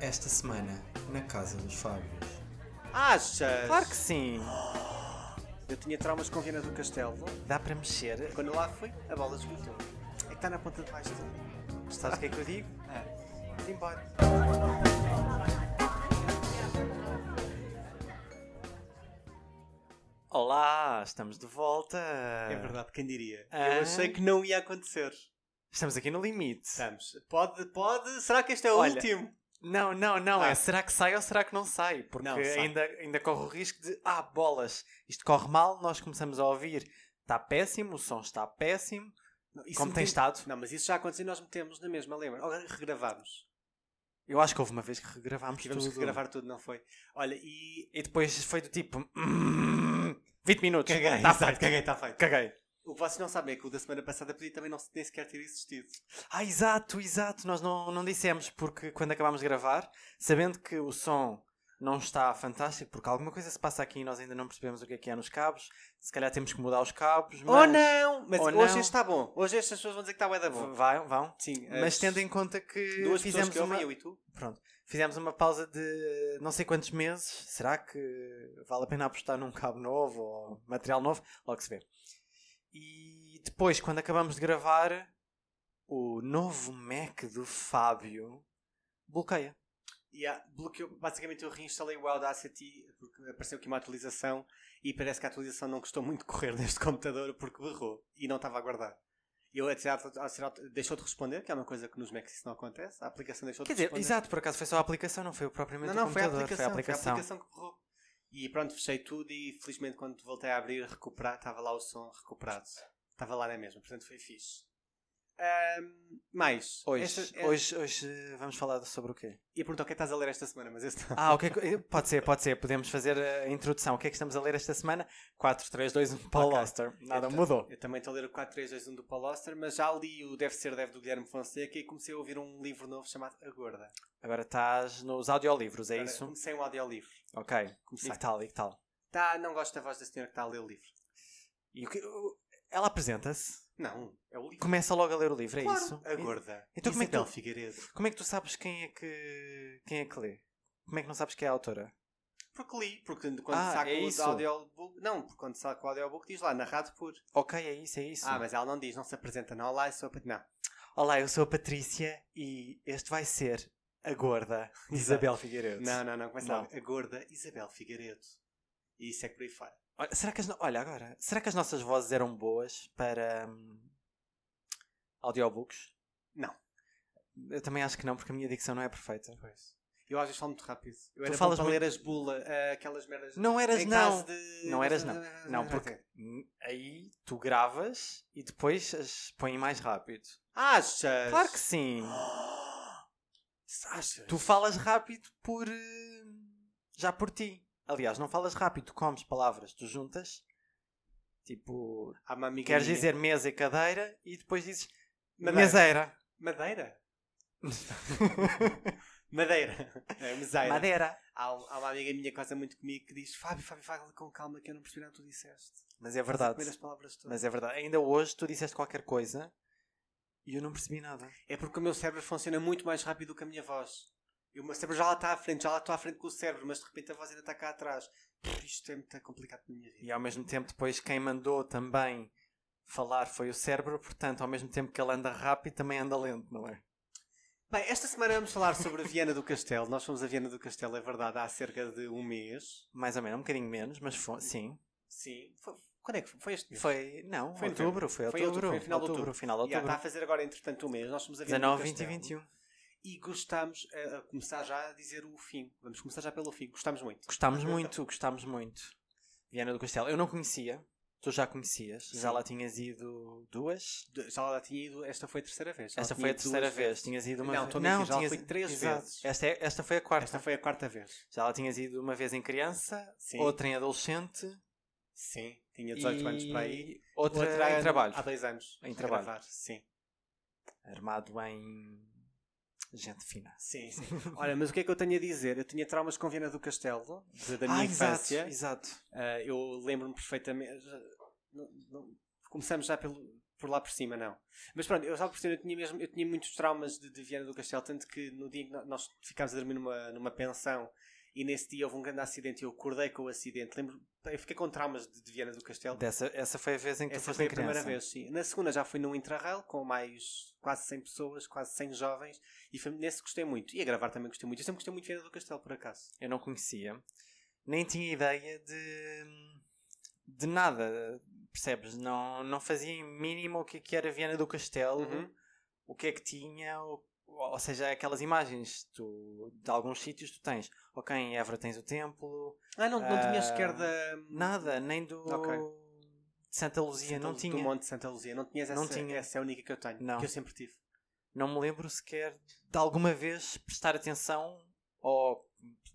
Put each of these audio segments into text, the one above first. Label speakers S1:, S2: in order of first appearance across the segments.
S1: esta semana na casa dos Fábios.
S2: Achas?
S1: Claro que sim!
S2: Eu tinha traumas com Viana do Castelo.
S1: Dá para mexer.
S2: Quando lá fui, a bola desbotou. É que está na ponta de baixo de tudo.
S1: Sabes o que é que eu digo?
S2: Ah. Vamos embora.
S1: Olá, estamos de volta.
S2: É verdade, quem diria?
S1: Ah.
S2: Eu achei que não ia acontecer.
S1: Estamos aqui no limite.
S2: Estamos. Pode, pode. Será que este é o
S1: Olha,
S2: último?
S1: Não, não, não.
S2: Ah.
S1: É será que sai ou será que não sai? Porque
S2: Não, sai.
S1: ainda, ainda corre o risco de. Ah, bolas! Isto corre mal, nós começamos a ouvir. Está péssimo, o som está péssimo.
S2: Não, isso
S1: como tem
S2: metemos-
S1: estado?
S2: Não, mas isso já aconteceu e nós metemos na mesma, lembra? Agora regravámos.
S1: Eu acho que houve uma vez que regravámos
S2: Tivemos
S1: tudo.
S2: que regravar tudo, não foi? Olha, e.
S1: E depois foi do tipo. "Hum, 20 minutos.
S2: Caguei,
S1: Tá
S2: exato,
S1: feito.
S2: caguei, está feito.
S1: Caguei.
S2: O que vocês não sabem é que o da semana passada podia também não, se- nem sequer ter existido.
S1: Ah, exato, exato. Nós não, não dissemos porque quando acabámos de gravar, sabendo que o som não está fantástico, porque alguma coisa se passa aqui e nós ainda não percebemos o que é que há nos cabos, se calhar temos que mudar os cabos. Mas...
S2: Oh não! Mas
S1: Oh,
S2: hoje
S1: não.
S2: este está bom. Hoje estas pessoas vão dizer que está bué da bom.
S1: Vão, vão.
S2: Sim,
S1: Mas
S2: as
S1: tendo em conta que
S2: É, duas
S1: fizemos
S2: pessoas que
S1: uma...
S2: ouvem, eu e tu.
S1: Pronto. Fizemos uma pausa de não sei quantos meses. Será que vale a pena apostar num cabo novo ou material novo? Logo se vê. E depois, quando acabamos de gravar, o novo Mac do Fábio bloqueia.
S2: Yeah, bloqueou, basicamente eu reinstalei o Audacity porque apareceu aqui uma atualização e parece que a atualização não gostou muito de correr neste computador porque berrou e não estava a guardar. Eu, a tirar- a tirar- deixou de responder, que é uma coisa que nos Macs isso não acontece. A aplicação deixou
S1: Quer
S2: de
S1: dizer,
S2: responder.
S1: exato, por acaso foi só a aplicação, não foi o propriamente
S2: Não, não,
S1: o
S2: foi a,
S1: computador. foi
S2: aplicação,
S1: a aplicação.
S2: que berrou. E pronto, fechei tudo e felizmente quando voltei a abrir, recuperar, estava lá o som recuperado. Estava lá na mesma, portanto foi fixe. Ahm, mais.
S1: Hoje,
S2: Esta- é-
S1: hoje, hoje eh, vamos falar sobre o quê?
S2: Ia perguntar o que é que estás a ler esta semana, mas esse não.
S1: Ah, o que é que- eh, Pode ser, pode ser. Podemos fazer a introdução. O que é que estamos a ler esta semana? 4, 3, 2, 1, Paul
S2: Ok.
S1: Auster. Nada
S2: Eu ta-
S1: mudou.
S2: Eu também estou a ler o 4-3-2-1 do Paul Auster, mas já li o Deve Ser Deve do Guilherme Fonseca e comecei a ouvir um livro novo chamado A Gorda.
S1: Agora estás nos audiolivros, é
S2: Agora,
S1: isso?
S2: Comecei um audiolivro.
S1: Ok. E
S2: Comecei.
S1: que tal, e que tal?
S2: Tá, não gosto da voz da senhora que está a ler o livro.
S1: E o que- o- ela apresenta-se,
S2: Não, é o livro.
S1: começa logo a ler o livro, é
S2: Claro,
S1: isso?
S2: A
S1: E-
S2: Gorda.
S1: Então como é que
S2: Isabel
S1: tu-
S2: Figueiredo.
S1: Como é que tu sabes quem é que quem é que lê? Como é que não sabes quem é a autora?
S2: Porque li, porque quando
S1: Ah,
S2: saca
S1: é
S2: o
S1: isso.
S2: audiobook. Não, porque quando saca o audiobook diz lá, narrado por.
S1: Ok, é isso, é isso.
S2: Ah, mas ela não diz, não se apresenta, não. Olá, eu sou a Pat- Não.
S1: Olá, eu sou a Patrícia e este vai ser a gorda de Isabel Figueiredo.
S2: Não, não, não. Começa
S1: Não.
S2: lá. A gorda Isabel Figueiredo. E isso é que por aí fora.
S1: Olha, será que as no- Olha agora, será que as nossas vozes eram boas para hum, audiobooks?
S2: Não.
S1: Eu também acho que não, porque a minha dicção não é perfeita.
S2: Pois. Eu às vezes falo muito rápido. Eu era
S1: falas
S2: falas para
S1: muito-
S2: ler as bula, ah, aquelas merdas.
S1: Não eras
S2: em
S1: não.
S2: caso de-
S1: Não eras, não.
S2: de-
S1: Não, porque hum, aí tu gravas e depois as põe mais rápido.
S2: Achas?
S1: Claro que sim.
S2: Achas?
S1: Tu falas rápido por. eh, já por ti. Aliás, não falas rápido, tu comes palavras, tu juntas. Tipo,
S2: Há uma amiga
S1: queres
S2: minha-
S1: dizer mesa e cadeira e depois dizes
S2: Madeira.
S1: meseira.
S2: Madeira? Madeira. É, meseira.
S1: Madeira.
S2: Há, um- há uma amiga minha que gosta muito comigo que diz Fábio, Fábio, fala com calma que eu não percebi nada do que tu disseste.
S1: Mas é
S2: Estás a comer
S1: verdade.
S2: as palavras todas.
S1: Mas é verdade. Ainda hoje tu disseste qualquer coisa e eu não percebi nada.
S2: É porque o meu cérebro funciona muito mais rápido do que a minha voz. E o meu cérebro já lá está à frente, já lá estou à frente com o cérebro, mas de repente a voz ainda está cá atrás. Pff, Isto é muito complicado na minha vida.
S1: E ao mesmo tempo, depois quem mandou também falar foi o cérebro, portanto, ao mesmo tempo que ele anda rápido, também anda lento, não é?
S2: Bem, esta semana vamos falar sobre a Viena do Castelo. Nós fomos a Viena do Castelo, é verdade, há cerca de um mês.
S1: Mais ou menos, um bocadinho menos, mas
S2: Uhum.
S1: foi, sim.
S2: Sim. Foi- quando é que foi? Foi este mês?
S1: Foi, não,
S2: Foi em
S1: outubro, foi
S2: Foi
S1: outubro,
S2: em outubro, foi em final de
S1: outubro,
S2: outubro.
S1: final de
S2: Já,
S1: outubro.
S2: está a fazer agora, entretanto, um mês. Nós fomos a Viena
S1: 19,
S2: do
S1: 20 e
S2: Castelo.
S1: 21.
S2: E gostámos, eh, a começar já a dizer o fim. Vamos começar já pelo fim. Gostámos muito.
S1: Gostámos muito, gostámos muito. Viana do Castelo, eu não conhecia, tu já conhecias, já
S2: Sim.
S1: lá tinhas ido duas?
S2: De- Já lá tinha ido, esta foi a terceira vez. Já
S1: Esta
S2: tinha
S1: foi a
S2: ido duas
S1: terceira vez.
S2: vezes.
S1: tinhas ido uma
S2: Não,
S1: vez.
S2: tô a mentir, já lá
S1: tinhas-
S2: fui três
S1: Exato.
S2: vezes.
S1: Esta, é- esta foi a quarta.
S2: Esta foi a quarta vez.
S1: Já lá tinhas ido uma vez em criança,
S2: Sim.
S1: outra em adolescente
S2: Sim, tinha 18
S1: e
S2: anos para aí.
S1: Outra,
S2: Outra
S1: em trabalho.
S2: Há dois anos.
S1: Em
S2: a
S1: trabalho.
S2: gravar, Sim,
S1: Armado em gente fina.
S2: sim, sim. Olha, mas o que é que eu tenho a dizer? Eu tinha traumas com Viena do Castelo, de- da minha
S1: Ah,
S2: infância.
S1: Exato, exato.
S2: Eh, Ah, eu lembro-me perfeitamente. já- não- não- Começamos já pelo. por lá por cima, não. Mas pronto, eu já por cima, eu tinha, mesmo, eu tinha muitos traumas de, de Viana do Castelo, tanto que no dia em que no- nós ficámos a dormir numa, numa pensão e nesse dia houve um grande acidente e eu acordei com o acidente. Lembro, eu fiquei com traumas de, de Viana do Castelo.
S1: Dessa, essa foi a vez em que tu
S2: Essa
S1: foste
S2: foi a
S1: em criança.
S2: primeira vez, sim. Na segunda já fui num Intrarrail com mais quase 100 pessoas, quase 100 jovens, e foi, nesse gostei muito. E a gravar também gostei muito. Eu sempre gostei muito de Viana do Castelo, por acaso.
S1: Eu não conhecia. Nem tinha ideia de, de nada. Percebes? Não, não fazia em mínimo o que, é que era Viana do Castelo,
S2: Uhum.
S1: o que é que tinha, o- ou seja, aquelas imagens tu, de alguns sítios tu tens. Ok, em Évora tens o templo,
S2: Ah, não, não tinha
S1: Ah,
S2: sequer da.
S1: nada, nem do
S2: Ok.
S1: de Santa Luzia,
S2: Santa
S1: não
S2: Lu-
S1: tinha.
S2: Do Monte de Santa Luzia. Não tinhas essa,
S1: Não tinha.
S2: essa é a única que eu tenho,
S1: Não.
S2: que eu sempre tive.
S1: não me lembro sequer de alguma vez prestar atenção, ou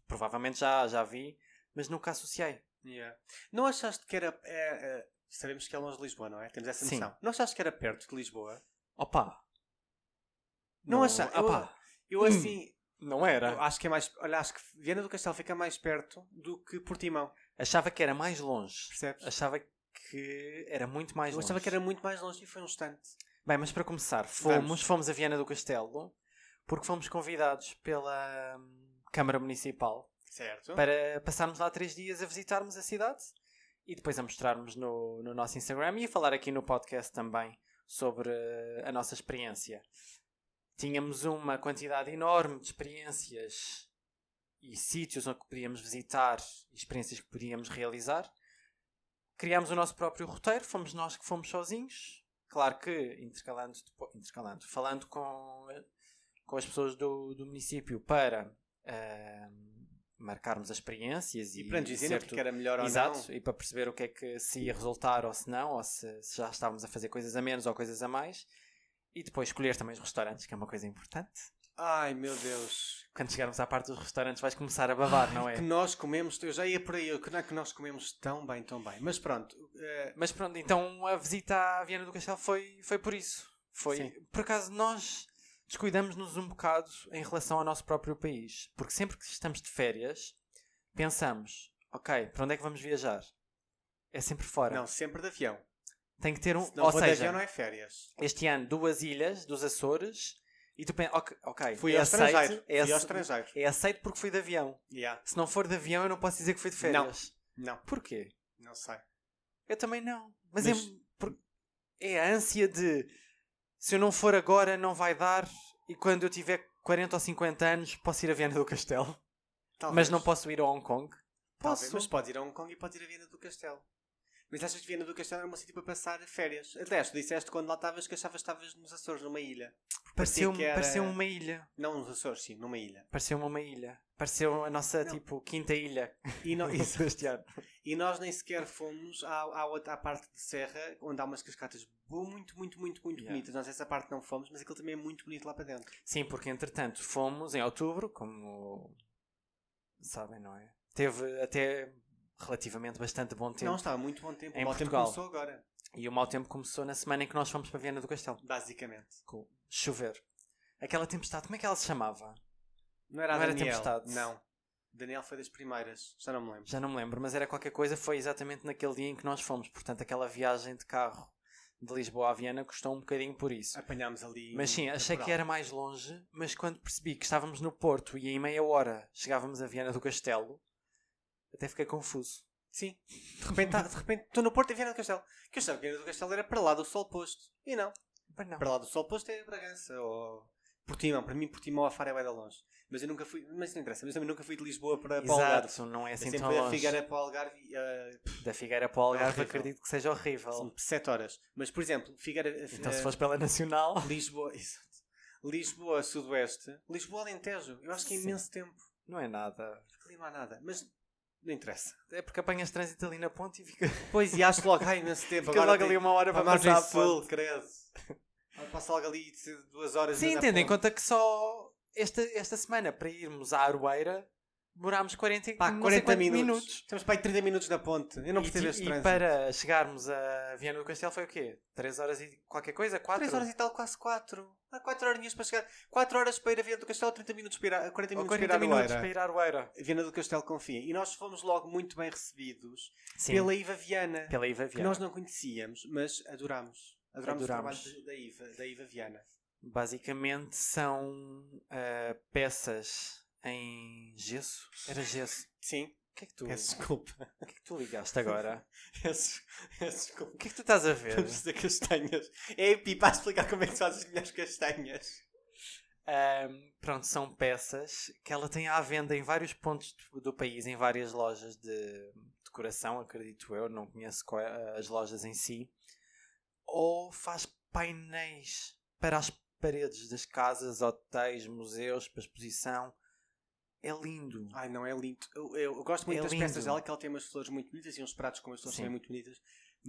S1: provavelmente já, já vi, mas nunca associei.
S2: Yeah. Não achaste que era. é, é, sabemos que é longe de Lisboa, não é? Temos essa
S1: Sim.
S2: noção. Não achaste que era perto de Lisboa?
S1: Opa!
S2: Não acha- eu-
S1: opá,
S2: Eu
S1: Hum.
S2: assim.
S1: não
S2: eu acho que é mais. Olha, acho que Viana do Castelo fica mais perto do que Portimão,
S1: Achava que era mais longe.
S2: percebes?
S1: Achava que era muito mais
S2: eu
S1: longe.
S2: achava que era muito mais longe e foi um instante.
S1: Bem, mas para começar, fomos,
S2: Vamos.
S1: fomos a Viana do Castelo, porque fomos convidados pela hum, Câmara Municipal
S2: Certo.
S1: para passarmos lá três dias a visitarmos a cidade e depois a mostrarmos no, no nosso Instagram e a falar aqui no podcast também sobre eh, a nossa experiência. Tínhamos uma quantidade enorme de experiências e sítios onde podíamos visitar e experiências que podíamos realizar. Criámos o nosso próprio roteiro, fomos nós que fomos sozinhos. Claro que intercalando, depo- intercalando falando com, com as pessoas do, do município para eh, marcarmos as experiências e,
S2: E para nos dizer o
S1: ser
S2: que é que era melhor ou
S1: Exato,
S2: não.
S1: e para perceber o que é que se ia resultar ou se não, ou se, se já estávamos a fazer coisas a menos ou coisas a mais. E depois escolher também os restaurantes, que é uma coisa importante.
S2: Ai meu Deus.
S1: Quando chegarmos à parte dos restaurantes, vais começar a babar, não é?
S2: Que nós comemos. Eu já ia por aí. eu- Que não é que nós comemos tão bem, tão bem. Mas pronto. eh,
S1: Mas pronto, então a visita à Viana do Castelo foi, foi por isso. Foi.
S2: Sim.
S1: Por acaso, nós descuidamos-nos um bocado em relação ao nosso próprio país. Porque sempre que estamos de férias, pensamos: ok, para onde é que vamos viajar? É sempre fora.
S2: não, sempre de avião.
S1: Tem que ter um.
S2: Se não
S1: ou
S2: vou
S1: seja,
S2: de avião não é férias.
S1: este ano duas ilhas dos Açores e tu pensas, ok, ok,
S2: Fui
S1: é
S2: ao
S1: aceito,
S2: estrangeiro.
S1: é,
S2: Fui ao
S1: ace-
S2: estrangeiro.
S1: é aceito porque fui de avião.
S2: Yeah.
S1: Se não for de avião, eu não posso dizer que fui de férias.
S2: Não,
S1: Porquê?
S2: não sei.
S1: Eu também não. Mas,
S2: Mas-
S1: É, por- é a ânsia de se eu não for agora, não vai dar e quando eu tiver 40 ou 50 anos, posso ir a Viana do Castelo, mas
S2: Talvez.
S1: não posso ir a Hong Kong.
S2: Talvez,
S1: Posso.
S2: mas pode ir a Hong Kong e pode ir a Viena do Castelo. Mas achas que Viena do Castelo era um sítio para passar férias? Aliás, tu disseste quando lá estavas que achavas que estavas nos Açores, numa ilha.
S1: Pareceu,
S2: que era-
S1: pareceu uma ilha.
S2: Não nos Açores, sim, numa ilha.
S1: Pareceu uma ilha. Pareceu a nossa,
S2: Não.
S1: tipo, quinta ilha
S2: E, não- e-
S1: deste ano.
S2: e nós nem sequer fomos à, à, outra- à parte de serra, onde há umas cascatas bu- muito, muito, muito, muito
S1: Yeah.
S2: bonitas. Nós essa parte não fomos, mas aquilo também é muito bonito lá para dentro.
S1: Sim, porque entretanto fomos em outubro, como sabem, não é? Teve até relativamente bastante bom tempo.
S2: Não, estava muito bom tempo.
S1: Em
S2: o mau tempo
S1: Portugal.
S2: começou agora,
S1: E o mau tempo começou na semana em que nós fomos para Viana do Castelo,
S2: basicamente.
S1: com chover. Aquela tempestade, como é que ela se chamava?
S2: Não era a
S1: Não era
S2: Daniel.
S1: tempestade.
S2: Não. Daniel foi das primeiras, já não me lembro.
S1: Já não me lembro, mas era qualquer coisa, foi exatamente naquele dia em que nós fomos. Portanto, aquela viagem de carro de Lisboa à Viana custou um bocadinho por isso.
S2: Apanhámos ali.
S1: Mas sim,
S2: um
S1: achei que
S2: temporal.
S1: era mais longe, mas quando percebi que estávamos no Porto e em meia hora chegávamos a Viana do Castelo, até fiquei confuso.
S2: Sim. De repente, tá- de repente estou no Porto e Viana do Castelo. Que eu sabia que Viana do Castelo era para lá do Sol Posto. E não.
S1: Mas não.
S2: Para lá do Sol Posto é Bragança ou Portimão. Para mim, Portimão a Faro é bem da longe. Mas eu nunca fui. Mas não interessa. Mas também nunca fui de Lisboa para, para o Algarve.
S1: Exato, não é
S2: Eu
S1: assim
S2: sempre
S1: tão
S2: fui a
S1: longe.
S2: Figueira para o Algarve. e, ah,
S1: Da Figueira para o Algarve
S2: horrível.
S1: acredito que seja horrível.
S2: são 7 horas. Mas, por exemplo, Figueira.
S1: Então
S2: ah,
S1: se fores pela Nacional...
S2: Lisboa. Exato. Lisboa, Sudoeste. Lisboa, Alentejo. Eu acho que é
S1: Sim.
S2: imenso tempo.
S1: Não é nada.
S2: Porque ali não há nada. Mas não interessa.
S1: É porque apanhas trânsito ali na ponte e fica,
S2: Pois, e acho logo, ai, imenso tempo.
S1: fica
S2: Agora
S1: logo
S2: tem-
S1: ali tipo uma hora
S2: Para
S1: para
S2: a margem
S1: passar a
S2: sul,
S1: ponte.
S2: credo. Vai passar algo ali de duas horas.
S1: Sim,
S2: mas é
S1: tendo em
S2: dá
S1: conta que só esta, esta semana para irmos à Arueira demorámos 40, e-
S2: Pá,
S1: não
S2: 40
S1: sei quantos
S2: minutos.
S1: minutos.
S2: Estamos para aí 30 minutos na ponte. Eu não
S1: e,
S2: percebo
S1: ti-
S2: este
S1: e
S2: trânsito.
S1: para chegarmos a Viana do Castelo foi o quê? 3 horas e qualquer coisa? 4?
S2: 3 horas e tal, quase 4. Há 4 horinhas para chegar. 4 horas para ir a Viana do Castelo, 30 minutos para ir a, 40
S1: Ou
S2: minutos
S1: 40
S2: para ir a
S1: minutos
S2: Arueira.
S1: para ir à Arueira.
S2: Viana do Castelo confia. E nós fomos logo muito bem recebidos
S1: Sim,
S2: pela Iva Viana,
S1: pela Iva
S2: que
S1: Viana.
S2: nós não conhecíamos, mas adorámos. Adorámos,
S1: Adorámos.
S2: o trabalho de- da Iva, da Iva Viana.
S1: Basicamente são ah, peças em gesso. Era gesso.
S2: Sim,
S1: O que é que tu,
S2: peço
S1: o
S2: desculpa.
S1: que é que tu ligaste agora?
S2: Peço, peço desculpa.
S1: O que é que tu estás a ver?
S2: Vamos dizer castanhas. É pipa a explicar como é que se faz as minhas castanhas.
S1: Ahm, pronto, são peças que ela tem à venda em vários pontos do, do país, em várias lojas de decoração, acredito eu, não conheço qual é, as lojas em si. Ou faz painéis para as paredes das casas, hotéis, museus, para exposição. É lindo.
S2: Ai, não, é lindo. Eu, eu- eu gosto muito
S1: É
S2: das
S1: lindo.
S2: peças dela, que ela tem umas flores muito bonitas e uns pratos com as flores
S1: Sim.
S2: também muito bonitas.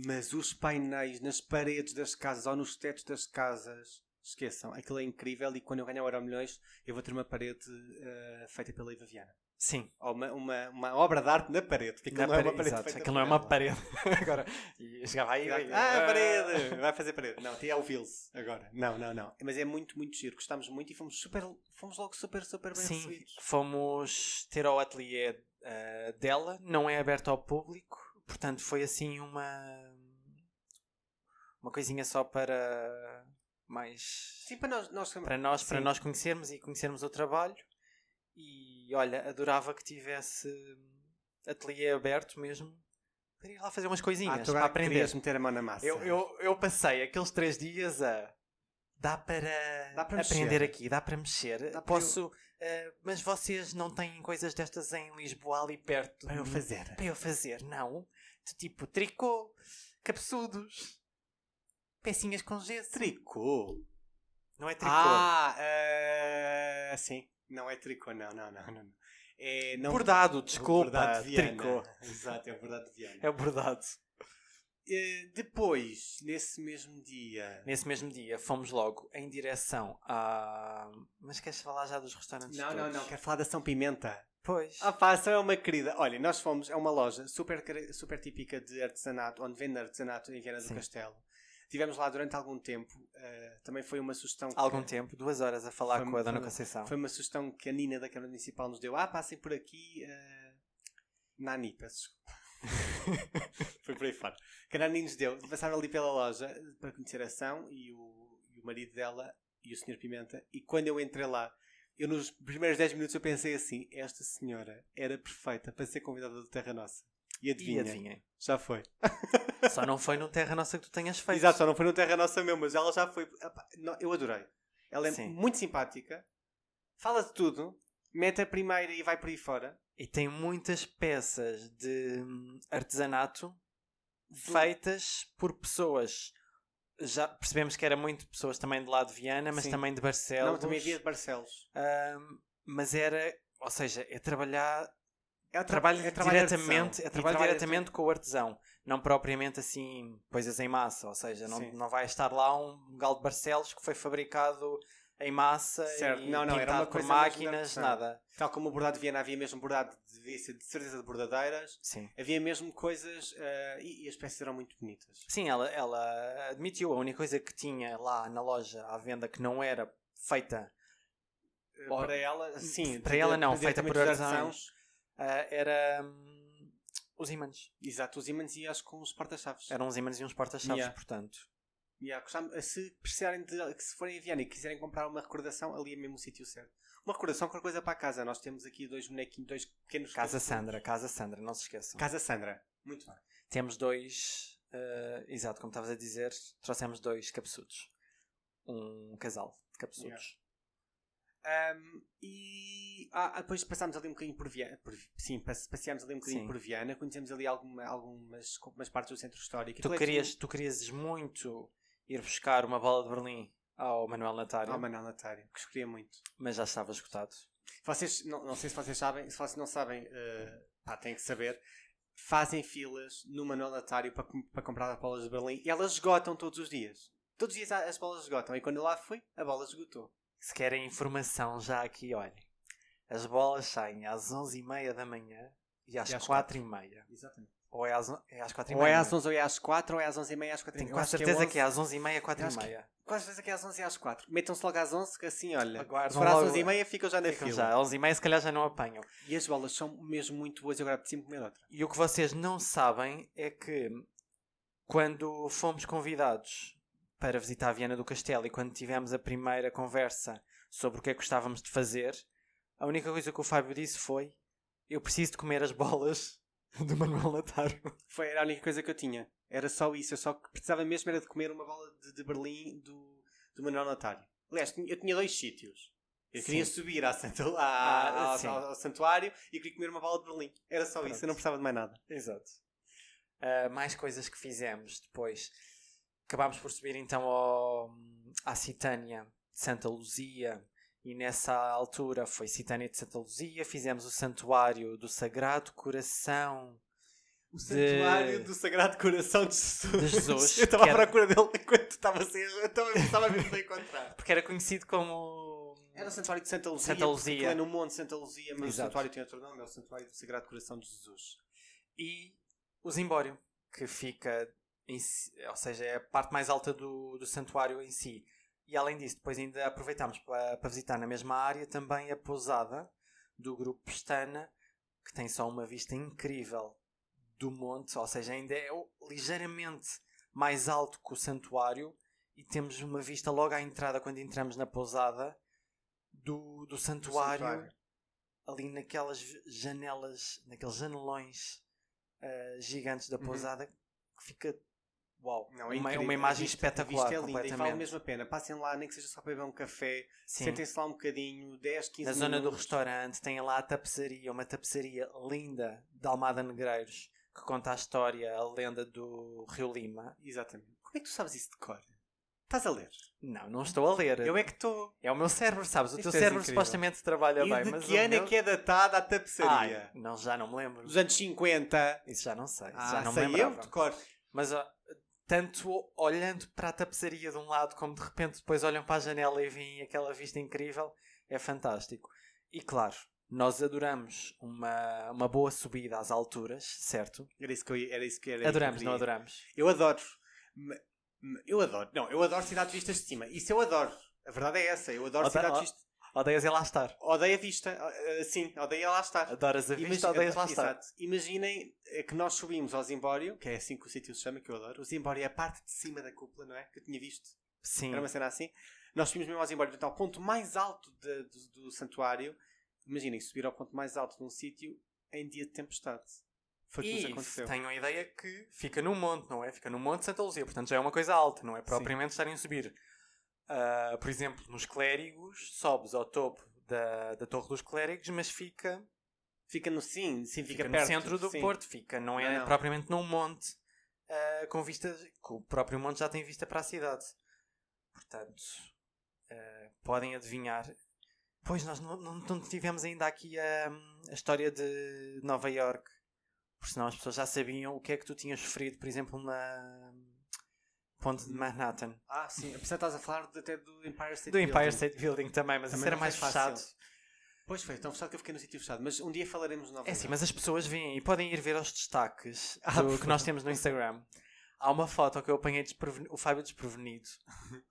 S2: Mas os painéis nas paredes das casas ou nos tetos das casas, esqueçam, aquilo é incrível. E quando eu ganhar o Euro Milhões, eu vou ter uma parede eh, feita pela Iva Viana.
S1: Sim,
S2: Ou uma, uma, uma obra de arte na parede, que aquilo
S1: na
S2: não é uma
S1: parede-
S2: parede
S1: exato,
S2: feita
S1: aquilo não é
S2: por
S1: uma
S2: ela.
S1: parede. Agora, e chegava aí.
S2: Exato. Ah, parede! Vai fazer parede. Não, é o Vils agora. Não, não, não. Mas é muito, muito giro. Gostámos muito e fomos super, fomos logo super, super bem
S1: Sim,
S2: recebidos.
S1: fomos ter ao ateliê ah, dela, não é aberto ao público, portanto foi assim uma uma coisinha só para mais
S2: Sim, para nós, nós
S1: para nós, para
S2: sim.
S1: nós conhecermos e conhecermos o trabalho. E olha, adorava que tivesse ateliê aberto mesmo para ir lá fazer umas
S2: Ah,
S1: coisinhas
S2: tu
S1: para
S2: agora
S1: aprender.
S2: querias meter a mão na massa.
S1: Eu, eu, eu passei aqueles três dias a. Dá para,
S2: Dá para
S1: aprender
S2: mexer.
S1: aqui, dá para mexer.
S2: Dá para
S1: Posso. eh, mas vocês não têm coisas destas em Lisboa ali perto?
S2: Para eu fazer.
S1: Para eu fazer, não. De tipo tricô, cabeçudos, pecinhas com gesso.
S2: Tricô.
S1: Não é tricô.
S2: Ah, eh, sim. Não é tricô, não, não, não. não. É, não
S1: bordado, desculpa.
S2: Bordado de Viana.
S1: tricô.
S2: Exato, é o verdade de Viana.
S1: É bordado.
S2: Eh, depois, nesse mesmo dia.
S1: Nesse mesmo dia fomos logo em direção a. Mas queres falar já dos restaurantes?
S2: Não, não,
S1: todos?
S2: não, quero falar da São Pimenta.
S1: Pois.
S2: A Faça é uma querida. Olha, nós fomos a uma loja super, cara- super típica de artesanato, onde vende artesanato em Viana
S1: Sim.
S2: do Castelo. Tivemos lá durante algum tempo. eh, também foi uma sugestão. que-
S1: algum tempo, duas horas a falar
S2: Foi-
S1: com a Dona
S2: foi-
S1: Conceição.
S2: Foi uma sugestão que a Nina da Câmara Municipal nos deu. Ah, passem por aqui. eh, Nani, peço desculpa. foi por aí fora. Que a Nani nos deu. Passaram ali pela loja eh, para conhecer a ação e o, e o marido dela e o Sr. Pimenta. E quando eu entrei lá, eu nos primeiros 10 minutos eu pensei assim: esta senhora era perfeita para ser convidada do Terra Nossa. E
S1: E
S2: adivinha,
S1: adivinhem.
S2: já foi.
S1: Só não foi no Terra Nossa que tu tenhas feito.
S2: Exato, só não foi no Terra Nossa mesmo, mas ela já foi. Epá, não, Eu adorei. Ela é
S1: Sim.
S2: muito simpática, fala de tudo, mete a primeira e vai por aí fora.
S1: E tem muitas peças de hum, artesanato
S2: Do-
S1: feitas por pessoas. Já percebemos que era muito pessoas também do lado de Viana, mas
S2: Sim.
S1: também de Barcelos.
S2: Não, também havia de Barcelos.
S1: Hum, mas era, ou seja, é trabalhar,
S2: É o tra-
S1: trabalho,
S2: é trabalho de
S1: diretamente,
S2: artesão.
S1: é
S2: E
S1: trabalho
S2: trabalho
S1: diretamente com o artesão, não propriamente assim coisas em massa, ou seja, não,
S2: Sim.
S1: não vai estar lá um galo de Barcelos que foi fabricado em massa
S2: Certo.
S1: e
S2: Não, não, era
S1: pintado
S2: uma
S1: por
S2: coisa mesmo de
S1: máquinas,
S2: artesão.
S1: nada.
S2: Tal como o bordado de Viena, havia mesmo bordado de, de, de certeza de bordadeiras.
S1: Sim.
S2: Havia mesmo coisas eh, e, e as peças eram muito bonitas.
S1: Sim, ela, ela admitiu. A única coisa que tinha lá na loja à venda que não era feita
S2: Eh,
S1: Ora,
S2: para ela, sim.
S1: para ela não,
S2: de- de-
S1: feita por
S2: diretamente dos
S1: artesãos. ah, era hum, os ímãs.
S2: Exato, os ímãs e acho que uns porta-chaves.
S1: Eram os ímãs e uns porta-chaves,
S2: Yeah.
S1: portanto.
S2: Yeah, gostava- se precisarem de. que Se forem a Viana e quiserem comprar uma recordação, ali é mesmo o sítio certo. Uma recordação, qualquer coisa para a casa. Nós temos aqui dois bonequinhos, dois pequenos.
S1: Casa
S2: pequenos-
S1: Sandra, Casa Sandra, não se esqueçam.
S2: Casa Sandra. Muito bem.
S1: Temos dois, ah, exato, como estavas a dizer, trouxemos dois capsudos. Um casal de capsudos.
S2: Ahm, e ah, ah, depois passámos ali um bocadinho por Viana. por- sim, passe- passeámos ali um bocadinho
S1: Sim.
S2: por Viana. Conhecemos ali alguma- algumas, algumas partes do centro
S1: Tu,
S2: histórico. Aquilo é
S1: querias,
S2: tudo-
S1: tu querias muito ir buscar uma bola de Berlim ao Manuel Natário,
S2: Ah, Manuel Natário, que escolhia muito.
S1: mas já estava esgotado.
S2: Vocês, não, não sei se vocês sabem, se vocês não sabem, eh, pá, têm que saber. Fazem filas no Manuel Natário para, com- para comprar as bolas de Berlim e elas esgotam todos os dias. Todos os dias há- as bolas esgotam e quando eu lá fui, a bola esgotou.
S1: Se querem informação já aqui, olhem. As bolas saem às 11h30 da manhã e às
S2: E às
S1: 4h30.
S2: Exatamente.
S1: Ou é às, on- é às 4h30.
S2: Ou é às 11 ou é às 4 ou é às 11 e meia às 4
S1: Tenho quase certeza que é às 11h30,
S2: Eu acho que
S1: 4h30.
S2: Quase certeza que é às 11 e às 4. Metam-se logo às 11 que assim, olha,
S1: Aguardam
S2: se for às
S1: logo.
S2: 11 e meia ficam já na
S1: Ficam
S2: fila.
S1: já, às 11h30 se calhar já não apanham.
S2: E as bolas são mesmo muito boas e agora preciso comer outra.
S1: E o que vocês não sabem é que quando fomos convidados para visitar a Viena do Castelo e quando tivemos a primeira conversa sobre o que é que gostávamos de fazer, a única coisa que o Fábio disse foi: Eu preciso de comer as bolas do Manuel Nataro.
S2: Foi era a única coisa que eu tinha. Era só isso. Eu só que precisava mesmo era de comer uma bola de, de Berlim do, do Manuel Natário. Aliás, tinha- eu tinha dois sítios. Eu queria
S1: Sim.
S2: subir à santu- à-
S1: Ah,
S2: ao,
S1: sim.
S2: ao- ao santuário e queria comer uma bola de Berlim. Era só
S1: Pronto.
S2: isso. Eu não precisava de mais nada.
S1: Exato. Ah, mais coisas que fizemos depois. Acabámos por subir então ao, à Citânia de Santa Luzia e nessa altura foi Citânia de Santa Luzia. Fizemos o Santuário do Sagrado Coração
S2: O santuário do Sagrado Coração de Jesus.
S1: de Jesus.
S2: eu estava
S1: que
S2: à
S1: era-
S2: procura dele enquanto estava a ser. Eu estava- eu estava mesmo a encontrar.
S1: Porque era conhecido como...
S2: Era o santuário de Santa Luzia.
S1: Santa
S2: porque
S1: Luzia.
S2: aquilo É no Monte de Santa Luzia, mas
S1: Exato.
S2: o santuário tem outro nome. É o Santuário do Sagrado Coração de Jesus.
S1: E o Zimbório, que fica... em si- ou seja, é a parte mais alta do, do santuário em si. E além disso, depois ainda aproveitámos para, para visitar na mesma área também a pousada do grupo Pestana, que tem só uma vista incrível do monte, ou seja, ainda é o- ligeiramente mais alto que o santuário e temos uma vista logo à entrada quando entramos na pousada do, do santuário,
S2: santuário.
S1: ali naquelas v- janelas, naqueles janelões ah, gigantes da
S2: Uhum.
S1: pousada que fica uau,
S2: Não,
S1: uma,
S2: é incrível.
S1: uma
S2: A
S1: imagem
S2: vista-
S1: espetacular
S2: A vista é linda e
S1: completamente.
S2: vale mesmo a pena. Passem lá, nem que seja só para beber um café.
S1: Sim.
S2: Sentem-se lá um bocadinho, 10, 15
S1: Na zona do
S2: minutos.
S1: restaurante tem lá a tapeçaria, uma tapeçaria linda de Almada Negreiros, que conta a história, a lenda do Rio Lima.
S2: Exatamente. Como é que tu sabes isso de cor? Estás a ler?
S1: Não, não estou a ler.
S2: Eu é que estou.
S1: É o meu cérebro, sabes? O
S2: Isto
S1: teu
S2: é
S1: cérebro
S2: incrível.
S1: supostamente trabalha
S2: E
S1: bem,
S2: de
S1: mas.
S2: que
S1: o
S2: ano
S1: meu...
S2: é que é datada a tapeçaria?
S1: Ai, não, já não me lembro.
S2: Dos anos 50.
S1: Isso já não sei. isso
S2: Ah,
S1: já não me
S2: sei eu
S1: lembrava.
S2: de cor.
S1: Mas ó, tanto olhando para a tapeçaria de um lado, como de repente depois olham para a janela e veem aquela vista incrível, é fantástico. E claro, nós adoramos uma, uma boa subida às alturas, certo?
S2: Era isso que eu ia- era isso que era.
S1: Adoramos,
S2: que eu
S1: não
S2: queria.
S1: adoramos?
S2: Eu adoro. Ma- ma- Eu adoro. Não, eu adoro cidades vistas de cima. Isso eu adoro. A verdade é essa. Eu adoro
S1: Ode-
S2: cidades
S1: o-
S2: vistas.
S1: Odeias é lá estar.
S2: Odeio a vista. Ah, ah, Sim, odeio lá estar.
S1: Adoras a vista,
S2: Imagi-
S1: odeias lá estar.
S2: Exato. Imaginem eh, que nós subimos ao Zimbório, que é assim que o sítio se chama, que eu adoro. O Zimbório é a parte de cima da cúpula, não é? Que eu tinha visto.
S1: Sim,
S2: Era uma cena assim. Nós subimos mesmo ao Zimbório, portanto, ao ponto mais alto de- do, do santuário. Imaginem subir ao ponto mais alto de um sítio em dia de tempestade. Foi o que nos
S1: e
S2: aconteceu.
S1: tenho a ideia que fica num monte, não é? Fica num monte de Santa Luzia, portanto já é uma coisa alta, não é? Propriamente estarem a subir. Ah, por exemplo, nos clérigos, sobes ao topo da, da Torre dos Clérigos, mas fica,
S2: Fica no sim, sim, fica,
S1: fica no
S2: perto.
S1: centro do
S2: sim.
S1: Porto, fica, não é
S2: Não, não.
S1: propriamente num monte ah, com vista, que o próprio monte já tem vista para a cidade. Portanto, ah, podem adivinhar. Pois, nós não, não- não tivemos ainda aqui a, a história de Nova York, porque senão as pessoas já sabiam o que é que tu tinhas sofrido, por exemplo, na ponte de Manhattan.
S2: Ah, sim. Apesar de estás a falar de- até do Empire State
S1: Do Empire
S2: Building.
S1: State Building também, mas
S2: Também
S1: isso era
S2: não foi
S1: mais
S2: fácil.
S1: fechado.
S2: Pois foi, tão fechado que eu fiquei no sítio fechado. Mas um dia falaremos novamente.
S1: É sim, mas as pessoas vêm e podem ir ver os destaques
S2: Ah,
S1: do-
S2: por
S1: que nós temos no Instagram. Há uma foto que eu apanhei despreveni- o Fábio desprevenido,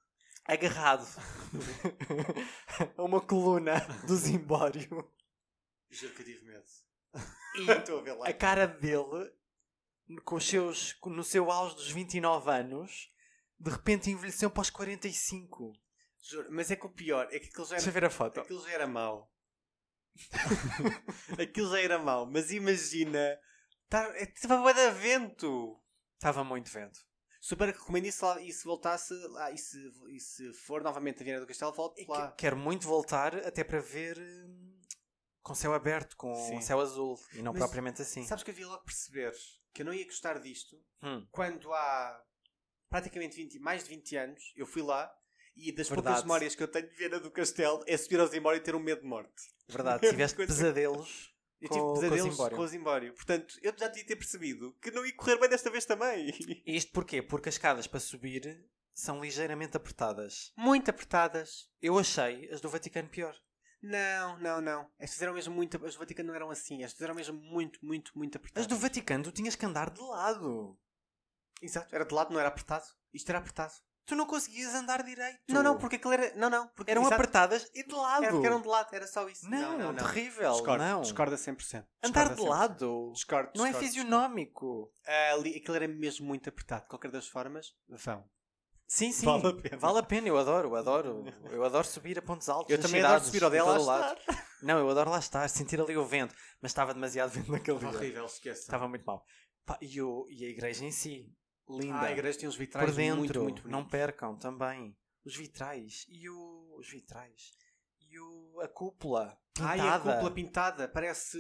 S1: agarrado a uma coluna do Zimbório.
S2: Juro que eu tive medo.
S1: E é
S2: Estou a ver lá.
S1: a cara dele, com os seus, com- no seu auge dos 29 anos, de repente envelheceu para os 45.
S2: Juro, mas é que o pior é que aquilo já era
S1: Deixa eu ver a foto.
S2: Aquilo já era mau. Aquilo já era mau, mas imagina. tá- é- Estava tá, boa vento.
S1: Estava muito vento.
S2: Super recomendo isso lá, e se voltasse lá, e se, e se for novamente a Viana do Castelo, volte
S1: E É que-
S2: lá.
S1: quero muito voltar até para ver hum, com céu aberto, com
S2: Sim.
S1: céu azul, e não
S2: Mas
S1: propriamente assim.
S2: Sabes que eu havia logo perceber que eu não ia gostar disto
S1: Hum.
S2: quando há praticamente 20 mais de 20 anos eu fui lá e das poucas
S1: Verdade.
S2: memórias que eu tenho de Viana do Castelo é subir ao Zimbório e ter um medo de morte.
S1: Verdade, tiveste
S2: Coisa-
S1: pesadelos.
S2: Eu
S1: Com-
S2: tive
S1: com o
S2: pesadelos
S1: Zimbório.
S2: com o Zimbório. Portanto, eu já devia ter percebido que não ia correr bem desta vez também.
S1: E Isto porquê? Porque as escadas para subir são ligeiramente apertadas.
S2: muito apertadas.
S1: Eu achei as do Vaticano pior.
S2: Não, não, não. Estas eram mesmo muito. As do Vaticano não eram assim. Estas eram mesmo muito, muito, muito
S1: As
S2: apertadas.
S1: do Vaticano tu tinhas que andar de lado.
S2: Exato, era de lado, não era apertado. Isto era apertado.
S1: Tu não conseguias andar direito.
S2: Não, não, porque aquilo era. um Não, não. Porque,
S1: eram
S2: exato,
S1: apertadas e de lado.
S2: Era porque eram de lado, era só isso.
S1: Não, terrível.
S2: Discordo,
S1: não.
S2: discorda 100%.
S1: Andar
S2: Discorda
S1: de
S2: 100%.
S1: lado
S2: Discordo,
S1: não é
S2: discordo,
S1: fisionómico.
S2: discordo. Ali, aquilo era mesmo muito apertado. De qualquer das formas, vão.
S1: Sim, sim.
S2: Vale a pena.
S1: Vale a pena, eu adoro, eu adoro. Eu adoro subir a pontos altos.
S2: Eu
S1: nas
S2: também adoro
S1: cidades,
S2: subir ao Tá
S1: em
S2: dela
S1: todo lado.
S2: lá estar.
S1: Não, eu adoro lá estar, sentir ali o vento. Mas estava demasiado vento naquele dia.
S2: Horrível, tá esqueça.
S1: Estava muito mal. Pá, e, o- e a igreja em si, linda.
S2: Ah, a igreja tem uns vitrais
S1: Por dentro,
S2: muito, muito bonitos.
S1: não percam também. Os vitrais e o... Os vitrais. E o... a cúpula pintada.
S2: Ai, a cúpula pintada. Parece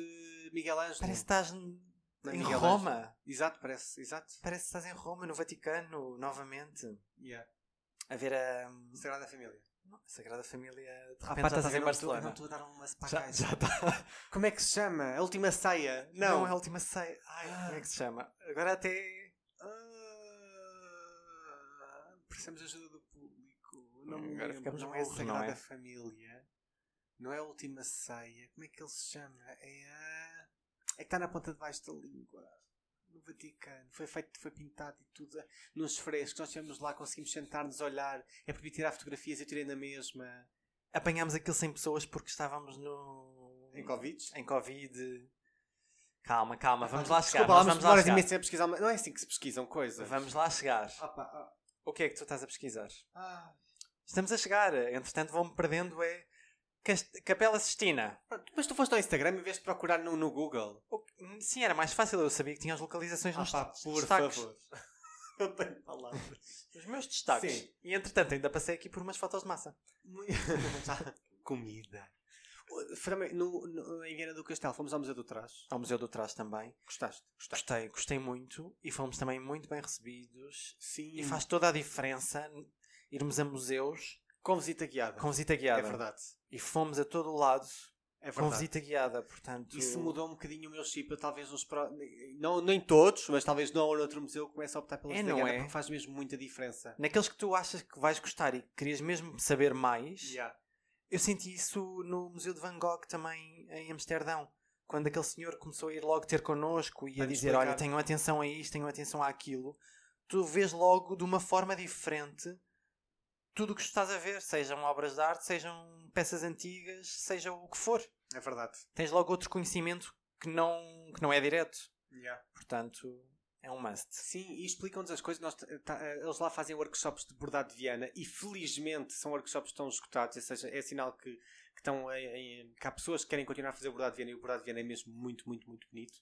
S2: Miguel Ângelo.
S1: Parece que estás n-
S2: Não é
S1: em
S2: Miguel
S1: Roma.
S2: Ângelo. Exato, parece. Exato.
S1: Parece que estás em Roma, no Vaticano, novamente.
S2: Yeah.
S1: A ver a
S2: Sagrada Família.
S1: a Sagrada Família. De
S2: Ah,
S1: repente
S2: pá,
S1: já Uhum. estás
S2: a
S1: em
S2: ver, não estou- eu Não
S1: Barcelona.
S2: estou a dar uma
S1: Já,
S2: espacagem.
S1: já está.
S2: Como é que se chama? A última ceia?
S1: Não.
S2: Não.
S1: é a última ceia. Ai, como é que se chama? Agora até.
S2: Ah, precisamos de ajuda do público. Não
S1: Hum,
S2: me
S1: agora
S2: lembro.
S1: ficamos
S2: não
S1: no
S2: é a
S1: burro, não
S2: Sagrada
S1: é?
S2: Família. Não é a última ceia. Como é que ele se chama? É a. É que está na ponta de baixo da língua. No Vaticano. Foi feito, foi pintado e tudo. Nos frescos. Nós estivemos lá, conseguimos sentar-nos, olhar. É para tirar fotografias. Eu tirei na mesma.
S1: Apanhámos aquilo sem pessoas porque estávamos no.
S2: Em Covid?
S1: Em Covid. Calma, calma, vamos lá chegar.
S2: Desculpa, lá,
S1: nós
S2: mas
S1: vamos lá
S2: demoras
S1: chegar.
S2: imenso a pesquisar. uma- Não é assim que se pesquisam coisas.
S1: Vamos lá chegar.
S2: Opa, ah,
S1: O que é que tu estás a pesquisar?
S2: ah.
S1: Estamos a chegar. Entretanto, vou-me perdendo. É. Cast- Capela Sistina.
S2: Pronto, Mas tu foste ao Instagram em vez de procurar no, no Google.
S1: O que- Hum, Sim, era mais fácil. Eu sabia que tinha as localizações
S2: Ah,
S1: nos
S2: pá, por
S1: destaques.
S2: favor. Não tenho palavras.
S1: Os meus destaques.
S2: Sim.
S1: E entretanto, ainda passei aqui por umas fotos de massa.
S2: Comida. O- Fernando, No, no, em Viana do Castelo, fomos ao Museu do Trás.
S1: Ao Museu do Trás também.
S2: Gostaste? Gostaste?
S1: Gostei, gostei muito. E fomos também muito bem recebidos.
S2: Sim.
S1: E faz toda a diferença n- irmos a museus
S2: Com visita guiada.
S1: com visita
S2: É
S1: guiada.
S2: verdade.
S1: E fomos a todo o lado
S2: É
S1: com
S2: verdade.
S1: visita guiada. Portanto,
S2: Isso mudou um bocadinho o meu chip. Eu talvez nos pro... não, nem todos, mas talvez não ou noutro museu comece a optar pela
S1: É,
S2: visita
S1: não
S2: guiada
S1: é?
S2: porque faz mesmo muita diferença.
S1: naqueles que tu achas que vais gostar e que querias mesmo saber mais,
S2: Yeah.
S1: eu senti isso no Museu de Van Gogh também em Amsterdão. Quando aquele senhor começou a ir logo ter connosco e a
S2: Para nos
S1: dizer:
S2: explicar.
S1: Olha, tenham atenção a isto, tenham atenção àquilo, tu vês logo de uma forma diferente tudo o que estás a ver, sejam obras de arte, sejam peças antigas, seja o que for.
S2: É verdade.
S1: Tens logo outro conhecimento que não, que não é direto.
S2: Yeah.
S1: Portanto, é um must.
S2: Sim, e explicam-nos as coisas. Nós, t- tá- eh, eles lá fazem workshops de bordado de Viana e felizmente são workshops que estão escutados, ou seja, é sinal que, que, estão em, em- que há pessoas que querem continuar a fazer bordado de Viana e o bordado de Viana é mesmo muito, muito, muito bonito.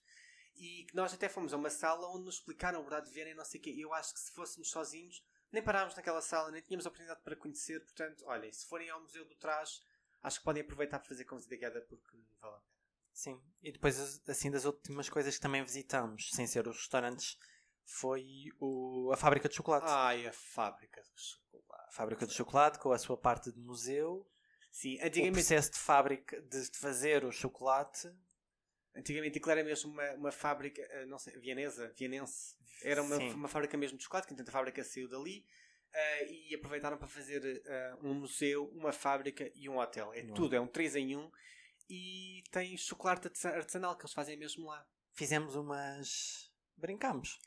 S2: E que nós até fomos a uma sala onde nos explicaram o bordado de Viana e não sei o quê. Eu acho que se fôssemos sozinhos, nem parámos naquela sala, nem tínhamos oportunidade para conhecer. Portanto, olhem, se forem ao Museu do Trás, acho que podem aproveitar para fazer com visita guiada porque vale a pena.
S1: Sim, e depois assim das últimas coisas que também visitamos, sem ser os restaurantes, foi o, a fábrica de chocolate.
S2: Ai, a fábrica do chocolate.
S1: A fábrica de chocolate com a sua parte de museu,
S2: Sim,
S1: o
S2: antigamente
S1: processo de fábrica de de fazer o chocolate,
S2: Antigamente aquilo era mesmo uma, uma fábrica, eh, não sei, vienesa, vienense. Era uma,
S1: Sim.
S2: uma fábrica mesmo de chocolate, que entretanto a fábrica saiu dali eh, e aproveitaram para fazer eh, um museu, uma fábrica e um hotel. É
S1: E um
S2: tudo, é um 3 em 1 e tem chocolate artesa- artesanal que eles fazem mesmo lá.
S1: fizemos umas brincamos.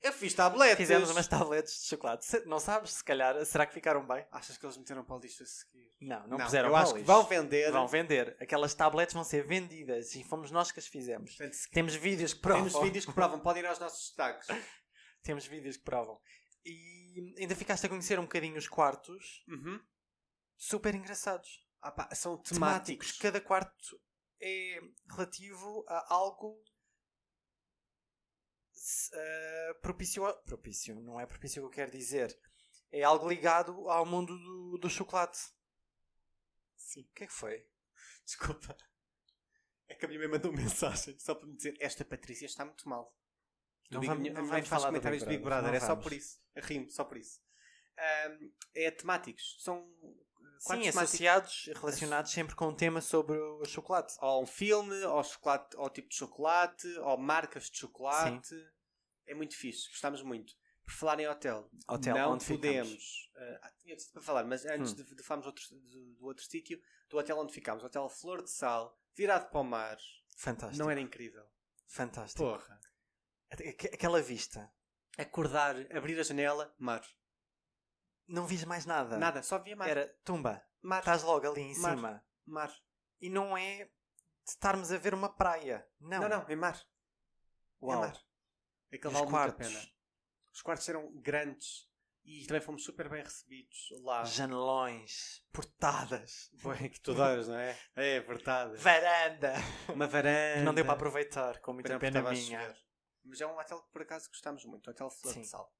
S2: Eu fiz tabletes!
S1: Fizemos umas tabletes de chocolate. Se- Não sabes, se calhar, será que ficaram bem?
S2: Achas que eles meteram para o lixo a seguir?
S1: Não, não, puseram
S2: eu
S1: para o
S2: acho que
S1: lixo.
S2: vão vender.
S1: Vão vender. Aquelas tabletes vão ser vendidas e fomos nós que as fizemos.
S2: Portanto, se-
S1: Temos vídeos que provam.
S2: Temos vídeos que provam, podem ir aos nossos destaques.
S1: Temos vídeos que provam. E ainda ficaste a conhecer um bocadinho os quartos,
S2: Uhum.
S1: super engraçados.
S2: Ah pá, são
S1: Temáticos.
S2: temáticos.
S1: Cada quarto é relativo a algo se- eh, propício. a- Propício, não é propício o que eu quero dizer. É algo ligado ao mundo do, do chocolate. Sim. O que é que foi?
S2: Desculpa. É que a minha mãe mandou mensagem só para me dizer esta Patrícia está muito mal.
S1: Não
S2: Big-
S1: vamos-
S2: minha-
S1: não
S2: a minha
S1: vamos
S2: faz
S1: falar do
S2: comentários
S1: Big
S2: do Big
S1: Brother,
S2: Brother,
S1: não
S2: é só
S1: vamos.
S2: por isso. Rimo, só por isso. Ahm, é temáticos. São quatro
S1: Sim,
S2: temáticos.
S1: associados, relacionados sempre com o tema sobre o chocolate.
S2: Ou um filme, ou chocolate, ou tipo de chocolate, ou marcas de chocolate. É muito fixe, gostamos muito. Por falar em hotel,
S1: Hotel,
S2: não
S1: onde ficamos.
S2: podemos. ah, tinha dito para falar, mas antes
S1: Hum.
S2: de, de falarmos outros- do, do outro sítio, do hotel onde ficámos, hotel Flor de Sal, virado para o mar,
S1: Fantástico. Tipo,
S2: não era incrível.
S1: Fantástico.
S2: Porra.
S1: Aque- Aquela vista.
S2: Acordar, abrir a janela, mar.
S1: Não vis mais nada.
S2: Nada, só via mar.
S1: Tá. Era tá- tumba.
S2: mar,
S1: Estás logo ali em
S2: Mar.
S1: cima.
S2: mar.
S1: E não é de estarmos a ver uma praia. Não.
S2: Não, não, é mar.
S1: Uau.
S2: É mar. Aquele
S1: Os
S2: vale muito a
S1: quartos.
S2: pena. Os quartos eram grandes E também fomos super bem recebidos lá.
S1: Janelões, portadas,
S2: Bem, que tu dás, não é? É, verdade.
S1: varanda.
S2: Uma varanda.
S1: Não deu para aproveitar, com
S2: Por
S1: muita
S2: exemplo,
S1: pena
S2: estava a
S1: minha.
S2: chover. Mas é um hotel que por acaso gostámos muito. Hotel Flor de
S1: Sim.
S2: Sal.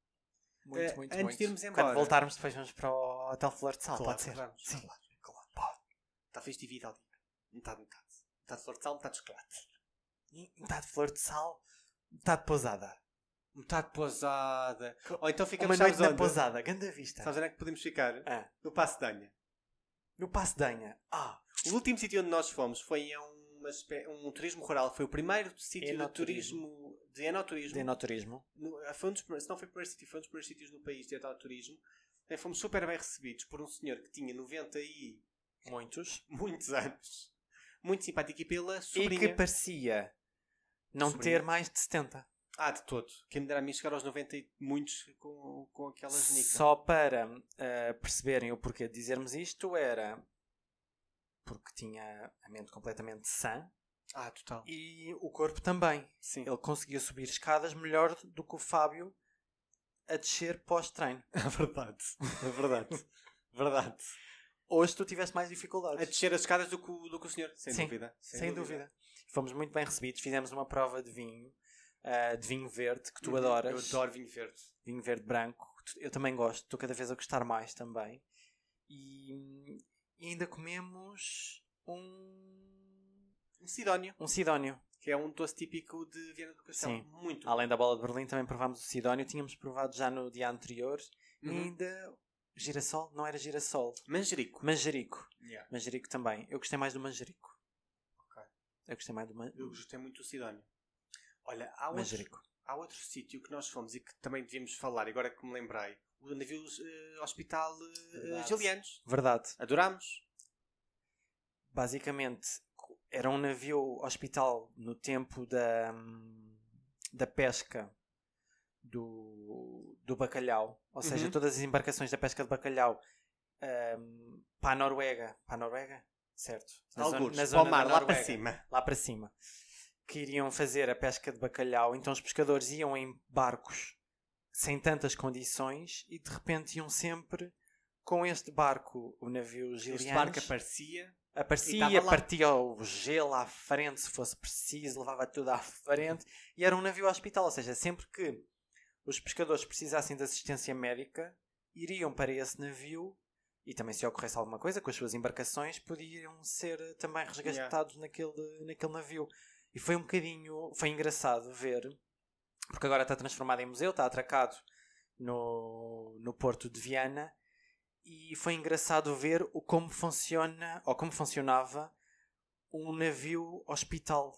S1: Muito,
S2: Eh,
S1: muito,
S2: antes
S1: muito.
S2: de irmos embora-
S1: Quando voltarmos, depois vamos para o Hotel Flor de Sal,
S2: Claro,
S1: Ah, pode ser?
S2: vamos,
S1: Sim,
S2: claro,
S1: claro, pode.
S2: Talvez divida ali. Metade, metade. Metade Flor de Sal, metade chocolate.
S1: E Metade Flor de Sal, metade pousada.
S2: Metade pousada. Ou então
S1: Uma
S2: ficamos,
S1: noite
S2: sabes
S1: na
S2: onde?
S1: pousada, grande vista.
S2: Sabes onde é que podemos ficar?
S1: Ah,
S2: No Passo Danha.
S1: no Passo Danha. Ah,
S2: O último sítio onde nós fomos foi a uma espé- um turismo rural. Foi o primeiro sítio de
S1: Enoturismo.
S2: turismo, de enoturismo.
S1: de enoturismo.
S2: no- foi um dos primeiros- se não foi o primeiro sítio, foi um dos primeiros sítios no país de enoturismo. Também fomos super bem recebidos por um senhor que tinha 90 e
S1: Muitos.
S2: muitos anos. Muito simpático e pela
S1: E
S2: sobrinha.
S1: que parecia não
S2: Sobrinha.
S1: ter mais de 70.
S2: Ah, de todo. Quem me dera a mim chegar aos 90 e muitos com, com aquelas nicas.
S1: Só para eh, perceberem o porquê de dizermos isto, era porque tinha a mente completamente sã
S2: Ah, total.
S1: e o corpo também.
S2: Sim.
S1: Ele conseguia subir escadas melhor do que o Fábio a descer pós-treino.
S2: É verdade. É verdade. verdade.
S1: Hoje tu tiveste mais
S2: A
S1: dificuldades.
S2: descer as escadas do que, o- do que o senhor, sem
S1: Sim,
S2: dúvida.
S1: Sem, dúvida. Fomos muito bem recebidos, fizemos uma prova de vinho, eh, de vinho verde, que tu
S2: Uhum.
S1: adoras.
S2: Eu adoro vinho verde.
S1: vinho verde branco. Tu- Eu também gosto, estou cada vez a gostar mais também. E, e ainda comemos um,
S2: Um Sidónio,
S1: um Sidónio.
S2: que é um doce típico de Viana do Castelo.
S1: Sim.
S2: Muito.
S1: Além da bola de Berlim, também provámos o Sidónio. Tínhamos provado já no dia anterior. E
S2: Uhum.
S1: ainda girassol? Não era girassol.
S2: Manjerico.
S1: Manjerico. Manjerico também. Eu gostei mais do manjerico.
S2: Ok.
S1: Eu gostei mais do man...
S2: Eu gostei muito do Sidónio. Olha, há outro,
S1: manjerico.
S2: há outro sítio que nós fomos e que também devíamos falar, agora que me lembrei. O navio eh, Hospital eh,
S1: Verdade.
S2: Gilianos.
S1: Verdade.
S2: Adorámos.
S1: basicamente co- era um navio hospital no tempo da, hum, da pesca do, do bacalhau, ou seja,
S2: Uhum.
S1: todas as embarcações da pesca de bacalhau ahm, para a Noruega, para a Noruega, certo? Na zona-
S2: Alguns.
S1: na
S2: Para
S1: zona
S2: o
S1: da
S2: mar, lá para
S1: Noruega,
S2: cima.
S1: lá para cima, que iriam fazer a pesca de bacalhau. Então os pescadores iam em barcos sem tantas condições e de repente iam sempre com este barco, o navio Gilianos
S2: Este barco aparecia. E
S1: aparecia,
S2: tava lá.
S1: partia o gelo à frente se fosse preciso, levava tudo à frente e era um navio hospital, ou seja, sempre que os pescadores precisassem de assistência médica, iriam para esse navio e também se ocorresse alguma coisa com as suas embarcações, podiam ser também resgatados naquele, naquele navio. E foi um bocadinho, foi engraçado ver, porque agora está transformado em museu, está atracado no, no Porto de Viana e foi engraçado ver o como funciona ou como funcionava um navio hospital.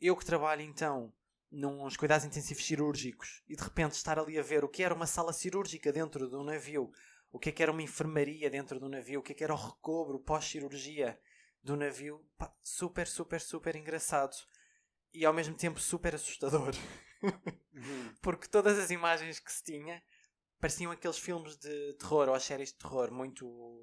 S1: Eu que trabalho então nos cuidados intensivos cirúrgicos e de repente estar ali a ver o que era uma sala cirúrgica dentro de um navio, o que é que era uma enfermaria dentro do navio, o que é que era o recobro pós-cirurgia do navio, pá, super, super, super engraçado e ao mesmo tempo super assustador
S2: Uhum.
S1: porque todas as imagens que se tinha pareciam aqueles filmes de terror ou as séries de terror, muito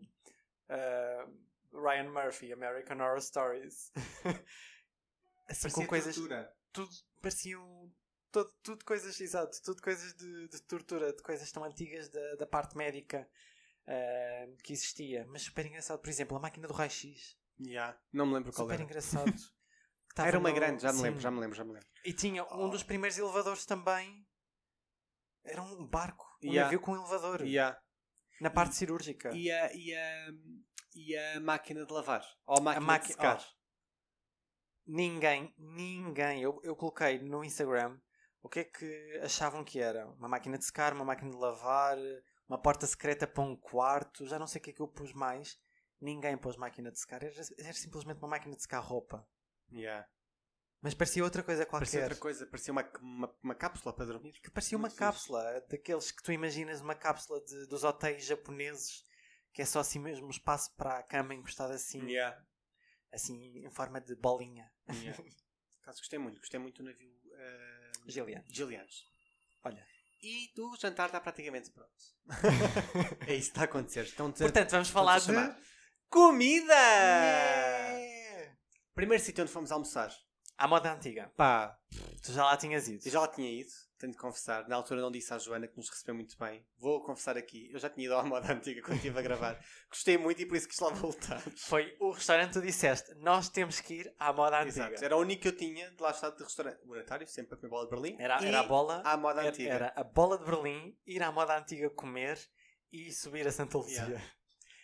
S1: ah, Ryan Murphy, American Horror Stories. assim, com coisas.
S2: Tortura.
S1: Tudo, pareciam. Tudo, tudo coisas, exato, tudo coisas de, de tortura, de coisas tão antigas da, da parte médica ah, que existia. Mas super engraçado, por exemplo, a máquina do raio-x.
S2: Yeah. Não me lembro qual
S1: Super
S2: era.
S1: engraçado. Que tava
S2: Era uma
S1: no-
S2: grande, já me
S1: sim.
S2: lembro, já me lembro, já me lembro.
S1: E tinha um dos primeiros elevadores também. Era um barco, um
S2: Yeah.
S1: navio com elevador.
S2: E a,
S1: Na parte cirúrgica.
S2: e, a, e, a, e a máquina de lavar. Ou a máquina de
S1: maqui-
S2: secar.
S1: oh. Ninguém, ninguém. Eu, eu coloquei no Instagram o que é que achavam que era. Uma máquina de secar, uma máquina de lavar, uma porta secreta para um quarto. Já não sei o que é que eu pus mais. Ninguém pôs máquina de secar. Era, era simplesmente uma máquina de secar roupa.
S2: Yeah.
S1: Mas parecia outra coisa qualquer.
S2: Parecia outra coisa, parecia uma, uma, uma cápsula para dormir.
S1: que parecia uma
S2: Muito fixe.
S1: cápsula, daqueles que tu imaginas uma cápsula de- dos hotéis japoneses, que é só assim mesmo espaço para a cama encostada assim,
S2: Yeah.
S1: assim em forma de bolinha.
S2: Yeah. Caso gostei muito, gostei muito do navio eh,
S1: Gilianos.
S2: Gilianos.
S1: Olha.
S2: E do jantar está praticamente pronto. é isso que está a acontecer. Estão
S1: Portanto, vamos falar de Ah!
S2: chamar. comida!
S1: Yeah!
S2: Primeiro sítio onde fomos almoçar.
S1: à moda antiga.
S2: Pá,
S1: Tu já lá tinhas ido.
S2: eu já lá tinha ido. tenho de confessar, na altura não disse à Joana que nos recebeu muito bem. Vou confessar aqui, eu já tinha ido à moda antiga quando estive a gravar. Gostei muito e por isso quis lá voltar.
S1: Foi o restaurante que tu disseste, nós temos que ir à moda antiga.
S2: Exato, era o único que eu tinha de lá estar de restaurante. O Monetário, sempre a comer bola de Berlim.
S1: Era,
S2: e
S1: era a bola.
S2: À moda
S1: era,
S2: antiga.
S1: era a bola de Berlim, ir à moda antiga comer e subir a Santa Luzia.
S2: Yeah.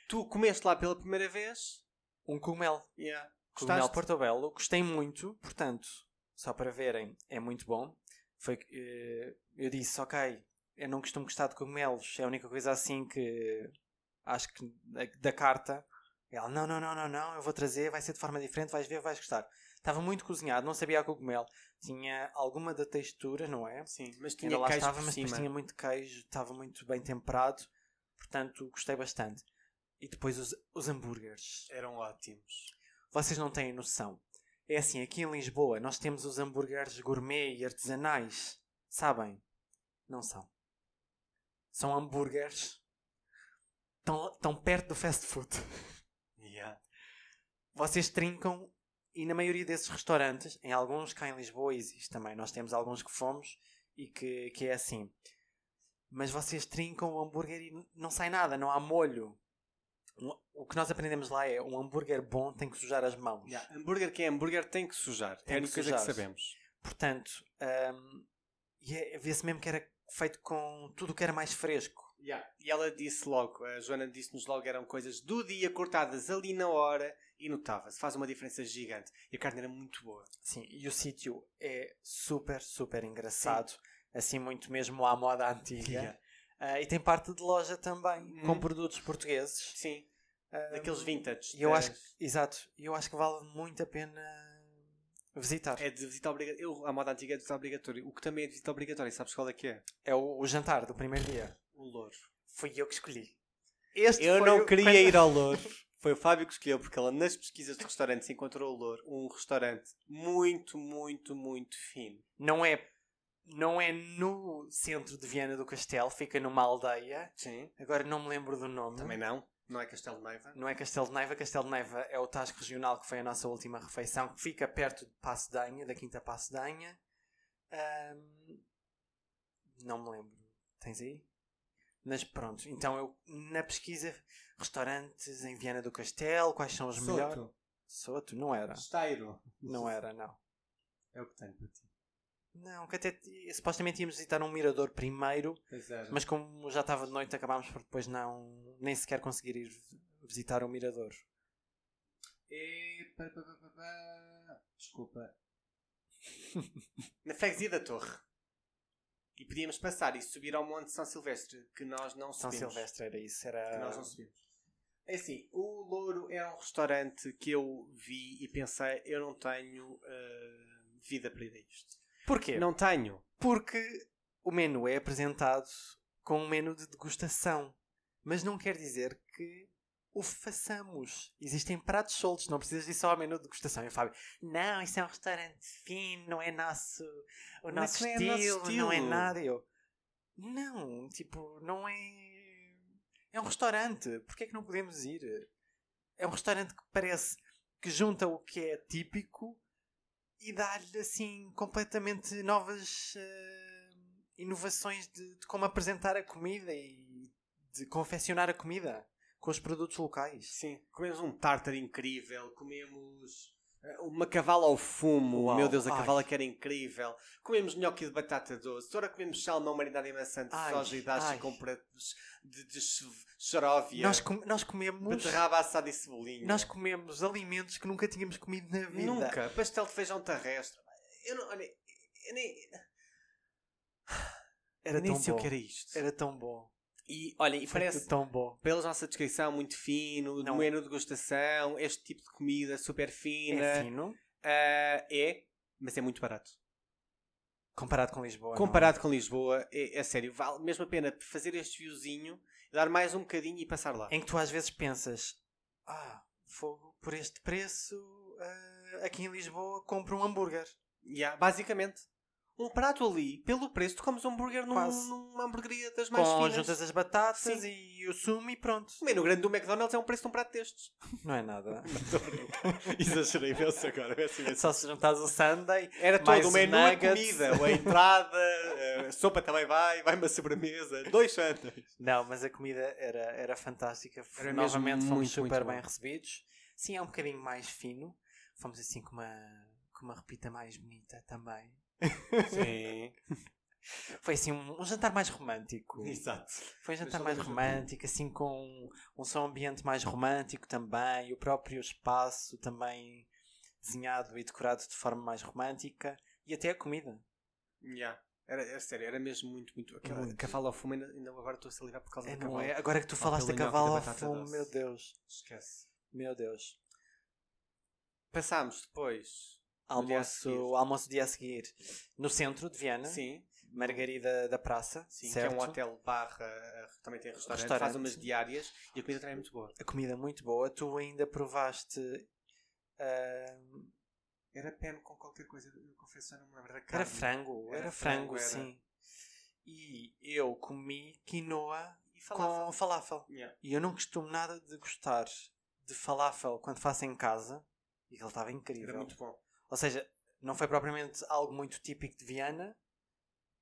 S2: Tu comeste lá pela primeira vez?
S1: Um cogumelo.
S2: Yeah.
S1: Cogumelo
S2: Gostaste?
S1: Porto Belo, gostei muito, portanto, só para verem, é muito bom. Foi que, eh, eu disse, ok, eu não costumo gostar de cogumelos, é a única coisa assim que acho que da, da carta. Ela, não, não, não, não, não, eu vou trazer, vai ser de forma diferente, vais ver, vais gostar. Estava muito cozinhado, não sabia a cogumelo. Tinha alguma da textura, não é?
S2: Sim, mas
S1: ainda
S2: tinha
S1: lá
S2: queijo
S1: estava,
S2: por
S1: mas depois
S2: cima.
S1: tinha muito queijo, estava muito bem temperado, portanto gostei bastante. E depois os, os hambúrgueres.
S2: Eram ótimos.
S1: Vocês não têm noção. É assim, aqui em Lisboa nós temos os hambúrgueres gourmet e artesanais. Sabem? Não são. São hambúrgueres tão, tão perto do fast food.
S2: Yeah.
S1: Vocês trincam e na maioria desses restaurantes, em alguns cá em Lisboa existe também, nós temos alguns que fomos e que, que é assim. Mas vocês trincam o hambúrguer e não sai nada, não há molho. Um- O que nós aprendemos lá é um hambúrguer bom tem que sujar as mãos.
S2: Yeah. Hambúrguer que é hambúrguer tem que sujar. é
S1: Tem
S2: a
S1: que
S2: única coisa que
S1: sujar.
S2: sabemos.
S1: Portanto, hum, e é- vê-se mesmo que era feito com tudo o que era mais fresco.
S2: E ela disse logo, a Joana disse-nos logo, eram coisas do dia cortadas ali na hora e notava-se. Faz uma diferença gigante. E a carne era muito boa.
S1: Sim, e o sítio é super, super engraçado. Assim, muito mesmo à moda antiga.
S2: Yeah.
S1: Ah, e tem parte de loja também,
S2: Uhum.
S1: com produtos portugueses.
S2: Sim,
S1: Ah,
S2: daqueles vintage.
S1: E eu
S2: das-
S1: acho que, exato, e eu acho que vale muito a pena visitar. É,
S2: É de visita obrigatória. Eu, a moda antiga é de visita obrigatória. O que também é de visita obrigatória, sabes qual é que é?
S1: o, o jantar do primeiro dia.
S2: O louro.
S1: Fui eu que escolhi. Este
S2: Eu
S1: foi
S2: não
S1: o-
S2: queria
S1: quando-
S2: ir ao Louro. Foi o Fábio que escolheu, porque ela nas pesquisas de restaurantes encontrou o Louro, um restaurante muito, muito, muito fino.
S1: Não é, não é no centro de Viana do Castelo, fica numa aldeia.
S2: Sim.
S1: Agora não me lembro do nome.
S2: Também não. Não é Castelo de Naiva?
S1: Não é Castelo de Neiva. Castelo de Neiva é o Tasco Regional que foi a nossa última refeição, que fica perto de Passo Danha, da Quinta Passo Danha. Ahm, não me lembro. Tens aí? Mas pronto, então eu na pesquisa restaurantes em Viana do Castelo, quais são os melhores? Ah. Soto, não era.
S2: Esteiro.
S1: Não era, não.
S2: É o que tenho para ti.
S1: Não, que até supostamente íamos visitar um mirador primeiro,
S2: Pois é. era.
S1: mas como já estava de noite, acabámos por depois não nem sequer conseguir ir visitar o mirador.
S2: E... É, pá, pá, pá, pá, pá. Desculpa. Na freguesia da Torre. E podíamos passar e subir ao Monte São Silvestre, que nós não
S1: São
S2: subimos.
S1: Silvestre era isso,
S2: que
S1: era.
S2: nós não subimos. É assim, o Louro é um restaurante que eu vi e pensei, eu não tenho uh, vida para ir a isto.
S1: Porquê?
S2: Não tenho.
S1: Porque o menu é apresentado com um menu de degustação, mas não quer dizer que o façamos. Existem pratos soltos, não precisas de ir só ao menu de degustação. E o Fábio, não, isso é um restaurante fino, não é nosso, o
S2: Mas
S1: nosso
S2: não é
S1: estilo,
S2: nosso
S1: não é
S2: estilo.
S1: nada. E Eu, não, tipo, não é. É um restaurante, porquê é que não podemos ir? É um restaurante que parece que junta o que é típico e dá-lhe assim completamente novas eh, inovações de, de como apresentar a comida e de confeccionar a comida com os produtos locais.
S2: Sim, comemos um tártaro incrível, comemos uh, uma cavala ao fumo,
S1: Uau,
S2: meu Deus, a
S1: ai.
S2: cavala que era incrível. Comemos gnocchi de batata doce, agora comemos salmão marinado em maçã de
S1: Ai,
S2: soja e dashi
S1: ai.
S2: com pratos de, de ch- xaróvia,
S1: Nós, com- nós comemos
S2: é beterraba assada e cebolinha.
S1: nós comemos alimentos que nunca tínhamos comido na vida.
S2: Nunca. Pastel de feijão terrestre. Eu não, olha, eu nem,
S1: Era
S2: nem
S1: tão
S2: sei o
S1: bom.
S2: que era isto.
S1: Era tão bom.
S2: E olha, e
S1: Foi
S2: parece,
S1: tudo tão bom.
S2: pela nossa descrição, muito fino,
S1: Não.
S2: do menu de degustação, este tipo de comida super fina.
S1: É fino
S2: Ah, é, mas é muito barato.
S1: comparado com Lisboa. não é?
S2: Comparado com Lisboa, é, é sério, vale mesmo a pena fazer este viewzinho, dar mais um bocadinho e passar lá.
S1: em que tu às vezes pensas: Ah, fogo, por este eh, preço, ah, aqui em Lisboa compro um hambúrguer.
S2: Yeah, basicamente. um prato ali, pelo preço, tu comes um hambúrguer num-
S1: Quase.
S2: numa hamburgueria das mais
S1: Com
S2: finas.
S1: juntas as batatas
S2: Sim.
S1: e o sumo e pronto.
S2: O menu grande do McDonald's é um preço de um prato destes.
S1: Não é nada.
S2: Exagerei imenso agora. é assim.
S1: Só se juntares o Sunday.
S2: Era
S1: Mais
S2: todo o menu
S1: nuggets.
S2: a comida, a entrada, a sopa também vai, vai uma sobremesa, dois santos.
S1: Não, mas a comida era, era fantástica.
S2: Era mesmo
S1: Novamente fomos
S2: muito,
S1: super
S2: muito
S1: bem
S2: bom.
S1: recebidos. Sim, é um bocadinho mais fino. Fomos assim com uma, com uma repita mais bonita também.
S2: Sim,
S1: Foi assim um, um jantar mais romântico.
S2: exato.
S1: Foi um
S2: Mas
S1: jantar
S2: só
S1: mais
S2: dois
S1: romântico, assim com um som ambiente mais romântico também. O próprio espaço também desenhado e decorado de forma mais romântica. E até a comida.
S2: Yeah. Era, era sério, era mesmo muito, muito. Aquela
S1: Muito.
S2: cavalo ao fumo, ainda, ainda agora estou a salivar por causa
S1: É,
S2: da
S1: não
S2: cavalo.
S1: é? Agora que tu falaste da
S2: pela nhoca
S1: cavalo
S2: da
S1: ao
S2: batata
S1: fumo,
S2: doce.
S1: meu Deus.
S2: Esquece.
S1: Meu Deus.
S2: Passámos depois. No dia a
S1: Almoço,
S2: seguir.
S1: almoço dia a seguir no centro de Viana,
S2: Sim,
S1: Margarida da Praça,
S2: sim que
S1: certo?
S2: é um hotel barra, eh, também tem restaurante, faz
S1: Restaurante.
S2: umas diárias e a comida também é muito boa.
S1: A comida muito boa. Tu ainda provaste. ah,
S2: Era pena com qualquer coisa, eu confesso, já não me lembro da
S1: era
S2: carne.
S1: frango, era,
S2: Era
S1: frango,
S2: frango, era.
S1: sim. E eu comi quinoa
S2: E falava.
S1: com falafel.
S2: Yeah.
S1: E eu não costumo nada de gostar de falafel quando faço em casa. E ele estava incrível.
S2: Era muito bom.
S1: Ou seja, não foi propriamente algo muito típico de Viana,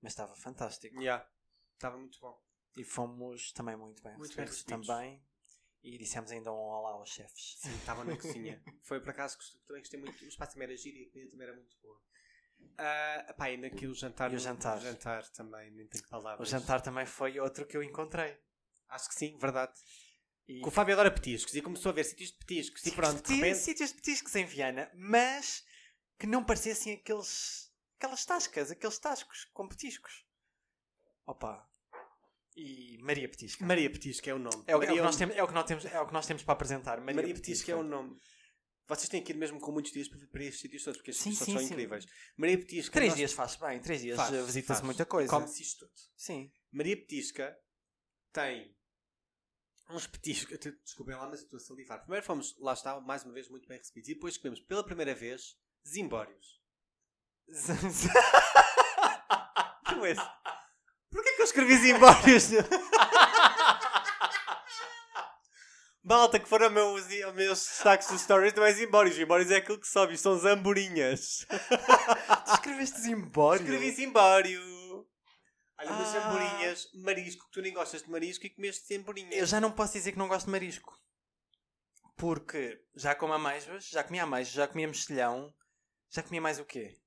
S1: mas estava fantástico.
S2: Yeah. Estava muito bom.
S1: E fomos também muito bem
S2: Muito bem
S1: recebidos
S2: recebidos.
S1: também. E dissemos ainda um olá aos chefes.
S2: Sim, estava na cozinha. Foi por acaso que gost- também gostei muito. O espaço também era giro e a comida também era muito boa. Ah, pá, e naquele jantar.
S1: E o jantar?
S2: O jantar também, nem tenho
S1: O
S2: palavras.
S1: jantar também foi outro que eu encontrei.
S2: Acho que sim, verdade.
S1: E
S2: Que o Fábio adora petiscos e começou a ver sítios de petiscos e
S1: sítios
S2: pronto,
S1: de
S2: de repente,
S1: sítios de petiscos em Viana, mas que não parecessem aqueles, aquelas tascas, aqueles tascos com petiscos. Opa! E Maria Petisca.
S2: Maria Petisco é o nome.
S1: É o, é o que
S2: Maria,
S1: nós temos, é, o que nós temos, é o que nós temos para apresentar. Maria,
S2: Maria, Petisco é o nome. Vocês têm que ir mesmo com muitos dias para, para estes sítios todos, porque estes
S1: Sim,
S2: sítios
S1: sim,
S2: todos são
S1: sim.
S2: incríveis. Maria Petisco.
S1: Três
S2: nós-
S1: dias faz bem, três dias
S2: faz,
S1: eh, visita-se
S2: faz.
S1: muita coisa.
S2: Come-se isto tudo.
S1: Sim.
S2: Maria Petisca tem uns petiscos. eu te- Desculpem lá, mas eu estou a salivar. Primeiro fomos, lá está, mais uma vez, muito bem recebidos. E depois comemos pela primeira vez Zimbórios. Como é esse? Porquê que eu escrevi Zimbórios? Malta que foram ao meu- aos meus, destaques dos stories não é Zimbórios. Zimbórios é aquilo que sobe, são zamborinhas.
S1: Tu escreveste embora.
S2: Escrevi Zimbório. Olha, umas
S1: Ah.
S2: zamborinhas, marisco, que tu nem gostas de marisco e comeste zamborinhas.
S1: Eu já não posso dizer que não gosto de marisco. Porque já como ameixas, já comi ameixas, já comia mexilhão, já comia mais o quê?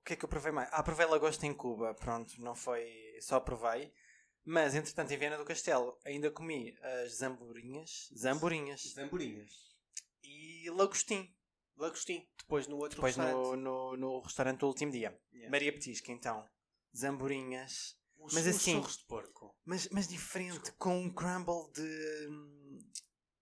S1: O que é que eu provei mais? Ah, provei lagosta em Cuba, pronto, não foi, só provei. Mas, entretanto, em Viana do Castelo, ainda comi as zamborinhas, zamborinhas
S2: Zamborinhas.
S1: e lagostim.
S2: Lagostim. Depois no outro
S1: Depois no,
S2: restaurante.
S1: no, no restaurante do último dia.
S2: Yeah.
S1: Maria Petisca, então. Zamborinhas,
S2: Uns-
S1: mas
S2: uns
S1: assim-
S2: churros de porco.
S1: mas, mas diferente, com um crumble de hum,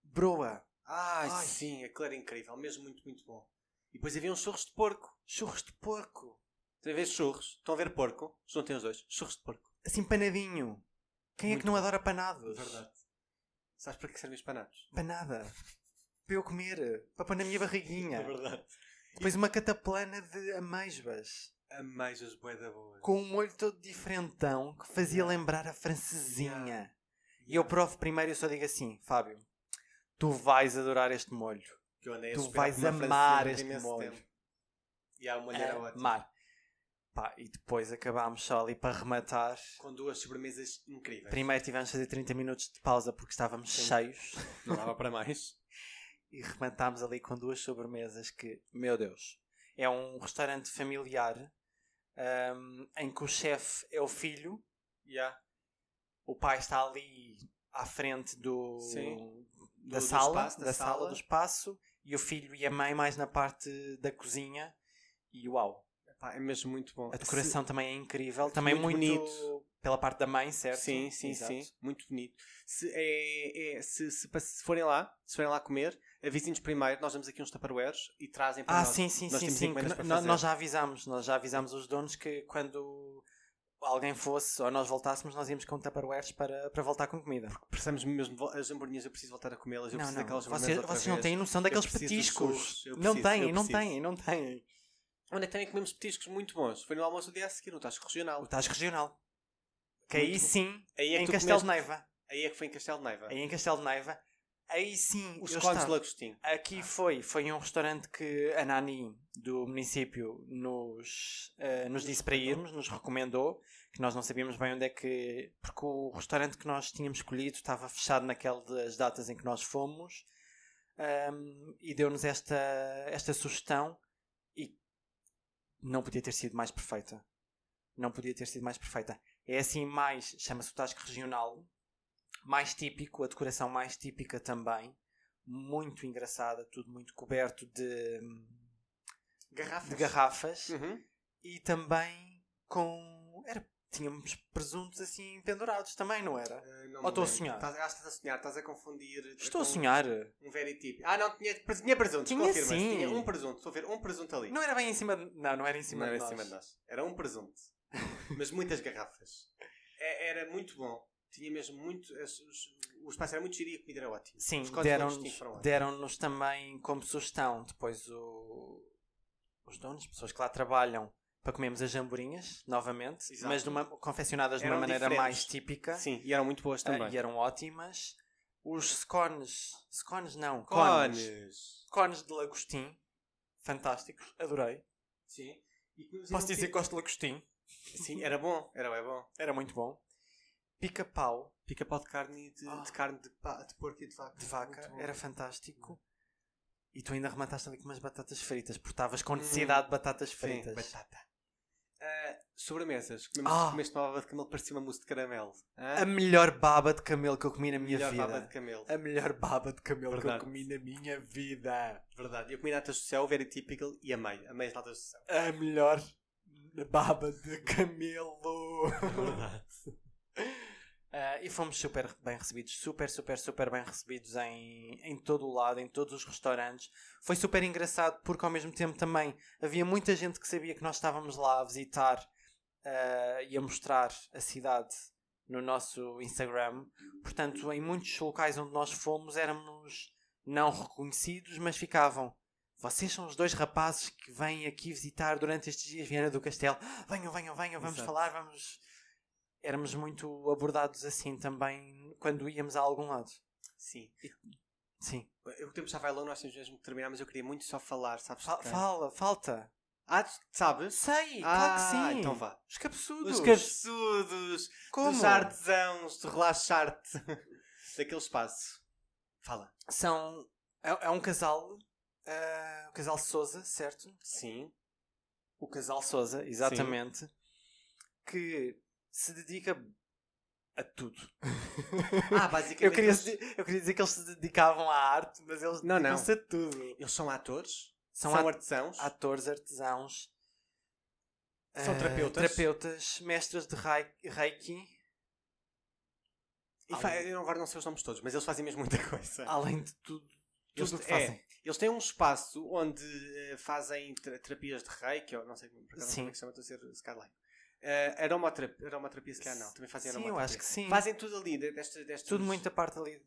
S1: broa.
S2: Ai,
S1: Ai.
S2: sim, aquilo era incrível. Mesmo muito, muito bom. E depois havia uns churros de porco.
S1: Churros de porco.
S2: Estão a ver churros? Estão a ver porco? Juntem os dois. Churros de porco.
S1: assim panadinho. Quem é que
S2: Muito
S1: não adora panados?
S2: Sabes para que servem os panados?
S1: Panada. Para eu comer, para pôr na minha barriguinha.
S2: É verdade.
S1: Depois uma cataplana de amêijoas.
S2: Amais as bué da boa.
S1: Com um molho todo diferentão que fazia lembrar a francesinha.
S2: Yeah.
S1: E eu provo primeiro e eu só digo assim, Fábio, tu vais adorar este molho.
S2: Que eu andei a
S1: tu
S2: esperar
S1: vais
S2: por uma
S1: amar
S2: francesinha há
S1: este
S2: imenso
S1: molho. É
S2: tempo. E há uma mulher ótima.
S1: Mar. Pá, e depois acabámos só ali para rematar.
S2: Com duas sobremesas incríveis.
S1: Primeiro tivemos de fazer 30 minutos de pausa porque estávamos
S2: Sim.
S1: cheios.
S2: Não dava para mais.
S1: e rematámos ali com duas sobremesas que, meu Deus, é um restaurante familiar ahm, em que o chefe é o filho,
S2: Yeah.
S1: o pai está ali à frente do,
S2: Sim.
S1: da,
S2: Do- do
S1: sala,
S2: espaço,
S1: da,
S2: da
S1: sala,
S2: sala.
S1: do espaço, e o filho e a mãe mais na parte da cozinha. E uau,
S2: Pá, é mesmo muito bom.
S1: a decoração também é incrível, também muito,
S2: muito
S1: bonito
S2: bonito.
S1: pela parte da mãe, certo?
S2: Sim, sim,
S1: Exato.
S2: sim. Muito bonito. Se, é- é- se, se pass- se forem lá, se forem lá comer, avisem-nos primeiro. Nós temos aqui uns taparoeiros e trazem para
S1: Ah,
S2: nós.
S1: sim, sim,
S2: Nós
S1: sim,
S2: temos
S1: sim. que
S2: encomendas
S1: no-
S2: para
S1: no-
S2: fazer.
S1: nós já avisámos, nós já avisámos os donos que quando alguém fosse ou nós voltássemos, nós íamos com Tupperwares para, para voltar com comida.
S2: Precisamos mesmo. de vo- As hamburguinhas eu preciso voltar a comê-las.
S1: Não,
S2: Eu preciso
S1: não.
S2: daquelas
S1: Vocês,
S2: hamburguinhas outra
S1: vocês não
S2: vez.
S1: têm noção daqueles
S2: preciso dos
S1: petiscos.
S2: sushis, eu
S1: não
S2: preciso,
S1: têm,
S2: eu
S1: não
S2: preciso.
S1: têm, não têm.
S2: Onde é que também comemos petiscos muito bons? Foi no almoço do dia a seguir, no Tasco Regional.
S1: O Tasco Regional. Que
S2: Muito
S1: aí
S2: bom.
S1: sim,
S2: Aí é que
S1: em
S2: tu
S1: Castelo de
S2: comeste-
S1: Neiva.
S2: Aí é que foi em Castelo de Neiva.
S1: Aí em Castelo de Neiva. Aí sim,
S2: Os
S1: eu
S2: cones de
S1: estava.
S2: lagostim.
S1: Aqui foi, foi um restaurante que a Nani do município nos, eh, nos disse para irmos, nos recomendou, que nós não sabíamos bem onde é que. Porque o restaurante que nós tínhamos escolhido estava fechado naquela das datas em que nós fomos ahm, e deu-nos esta, esta sugestão e não podia ter sido mais perfeita. Não podia ter sido mais perfeita. É assim mais, chama-se o Tasco Regional, mais típico, a decoração mais típica também muito engraçada, tudo muito coberto de,
S2: Garrafas.
S1: de garrafas
S2: Uhum.
S1: e também com. Era, tínhamos presuntos assim pendurados também, não era?
S2: Ah, não
S1: Ou
S2: me
S1: estou a
S2: lembro.
S1: sonhar?
S2: Estás, acho que estás a sonhar, estás a confundir.
S1: Estou a
S2: com
S1: sonhar.
S2: Um veritip. Ah, não, tinha, tinha presunto.
S1: Tinha
S2: confirma-se.
S1: sim.
S2: Tinha um presunto. Estou a ver um presunto ali.
S1: Não era bem em cima de. Não, não era em
S2: não
S1: cima,
S2: era
S1: de,
S2: em
S1: nós.
S2: cima de nós. Era um presunto. Mas muitas garrafas. É- era muito bom. Tinha mesmo muito. as- os- o espaço era muito giro e a comida era ótima.
S1: Sim,
S2: Os códigos logísticos foram
S1: deram-nos
S2: ótimos.
S1: deram também como sugestão depois o, os donos, pessoas que lá trabalham, para comermos as jamborinhas novamente,
S2: Exato.
S1: mas de uma- confeccionadas de
S2: Eram
S1: uma maneira
S2: diferentes.
S1: mais típica.
S2: Sim, e eram muito boas
S1: ah,
S2: também.
S1: e eram ótimas. Os scones, scones não, cones.
S2: Cones.
S1: Cones de lagostim. Fantásticos. Adorei.
S2: Sim. E comemos
S1: Posso
S2: ainda um
S1: dizer que
S2: pi-
S1: gosto de lagostim.
S2: Sim, era bom. Era bem bom.
S1: Era muito bom. Pica-pau
S2: Pica-pau de carne e de,
S1: Ah.
S2: de carne de, pa- de porco e de vaca.
S1: de vaca
S2: Muito bom.
S1: era fantástico. E tu ainda arremataste ali com umas batatas fritas, porque estavas com necessidade de batatas fritas.
S2: Hum. Sim, batata. Ah, sobremesas. Comemos,
S1: Ah.
S2: comeste uma baba de camelo que parecia uma mousse de caramelo. Hã?
S1: A melhor baba de camelo que eu comi na minha
S2: melhor
S1: vida.
S2: baba de camelo.
S1: A melhor baba de camelo
S2: Verdade.
S1: que eu comi na minha vida.
S2: Verdade. Eu comi natas do céu, very typical, e amei. Amei as natas do céu.
S1: A melhor baba de camelo.
S2: Verdade.
S1: Ah, e fomos super bem recebidos, super, super, super bem recebidos em, em todo o lado, em todos os restaurantes. Foi super engraçado porque ao mesmo tempo também havia muita gente que sabia que nós estávamos lá a visitar ah, e a mostrar a cidade no nosso Instagram. Portanto, em muitos locais onde nós fomos éramos não reconhecidos, mas ficavam. Vocês são os dois rapazes que vêm aqui visitar durante estes dias Viana do Castelo. Venham, venham, venham, vamos
S2: Exato.
S1: falar, vamos éramos muito abordados assim também quando íamos a algum lado.
S2: Sim.
S1: Sim.
S2: O tempo já vai longo, nós temos mesmo que terminar, mas eu queria muito só falar, sabes?
S1: Fa-
S2: de quem?
S1: Fala, falta.
S2: Ah, tu sabes?
S1: Sei,
S2: Ah,
S1: claro que sim.
S2: então vá.
S1: Os cabeçudos.
S2: Os cabeçudos,
S1: Como?
S2: dos artesãos, de relaxar-te, daquele espaço. Fala.
S1: São. É, é um casal. ah, o casal Souza, certo?
S2: Sim.
S1: O casal Souza, exatamente. Que se dedica a tudo.
S2: Ah, basicamente.
S1: eu, queria,
S2: eles-
S1: eu queria dizer que eles se dedicavam à arte, mas eles
S2: Não, não.
S1: dedicam-se a tudo.
S2: Eles são atores,
S1: São,
S2: são,
S1: são
S2: artesãos,
S1: atores, artesãos.
S2: São
S1: ah,
S2: terapeutas.
S1: Terapeutas, mestras de rei- reiki. Ah,
S2: e fa- eu agora não sei os nomes todos, mas eles fazem mesmo muita coisa.
S1: Além de tudo,
S2: Eles-
S1: tudo o que
S2: é,
S1: fazem.
S2: Eles têm um espaço onde eh, fazem tra- terapias de reiki, ou não sei por acaso não sei
S1: Sim.
S2: como é que se chama, estou a dizer Skyline. Uh, aromaterapia, aromaterapia, se calhar não, também fazem
S1: Sim, eu
S2: aromaterapia.
S1: acho que sim.
S2: Fazem tudo ali, de- destas. destas
S1: tudo muito a parte ali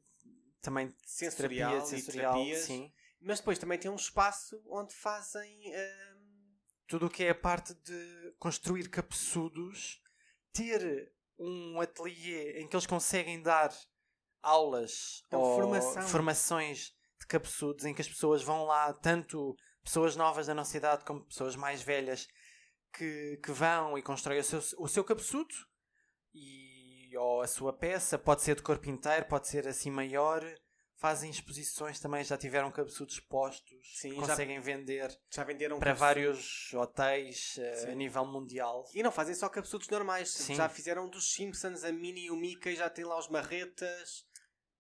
S1: também de
S2: Sensorial
S1: terapia,
S2: e
S1: sensorial,
S2: terapias.
S1: sim.
S2: Mas depois também tem um espaço onde fazem. eh,
S1: Tudo o que é a parte de construir cabeçudos, ter um ateliê em que eles conseguem dar aulas
S2: Então,
S1: ou
S2: formação.
S1: formações de cabeçudos em que as pessoas vão lá, tanto pessoas novas da nossa idade como pessoas mais velhas que, que vão e constroem o seu, o seu cabeçudo e, ou a sua peça, pode ser de corpo inteiro, pode ser assim maior. Fazem exposições também, já tiveram cabeçudos expostos,
S2: Sim, já-
S1: conseguem vender
S2: já venderam.
S1: para
S2: cabeçudos.
S1: vários hotéis eh,
S2: Sim.
S1: a nível mundial.
S2: E não fazem só capsutos normais.
S1: Sim.
S2: Já fizeram dos Simpsons a Minnie e o Mickey, já tem lá os marretas.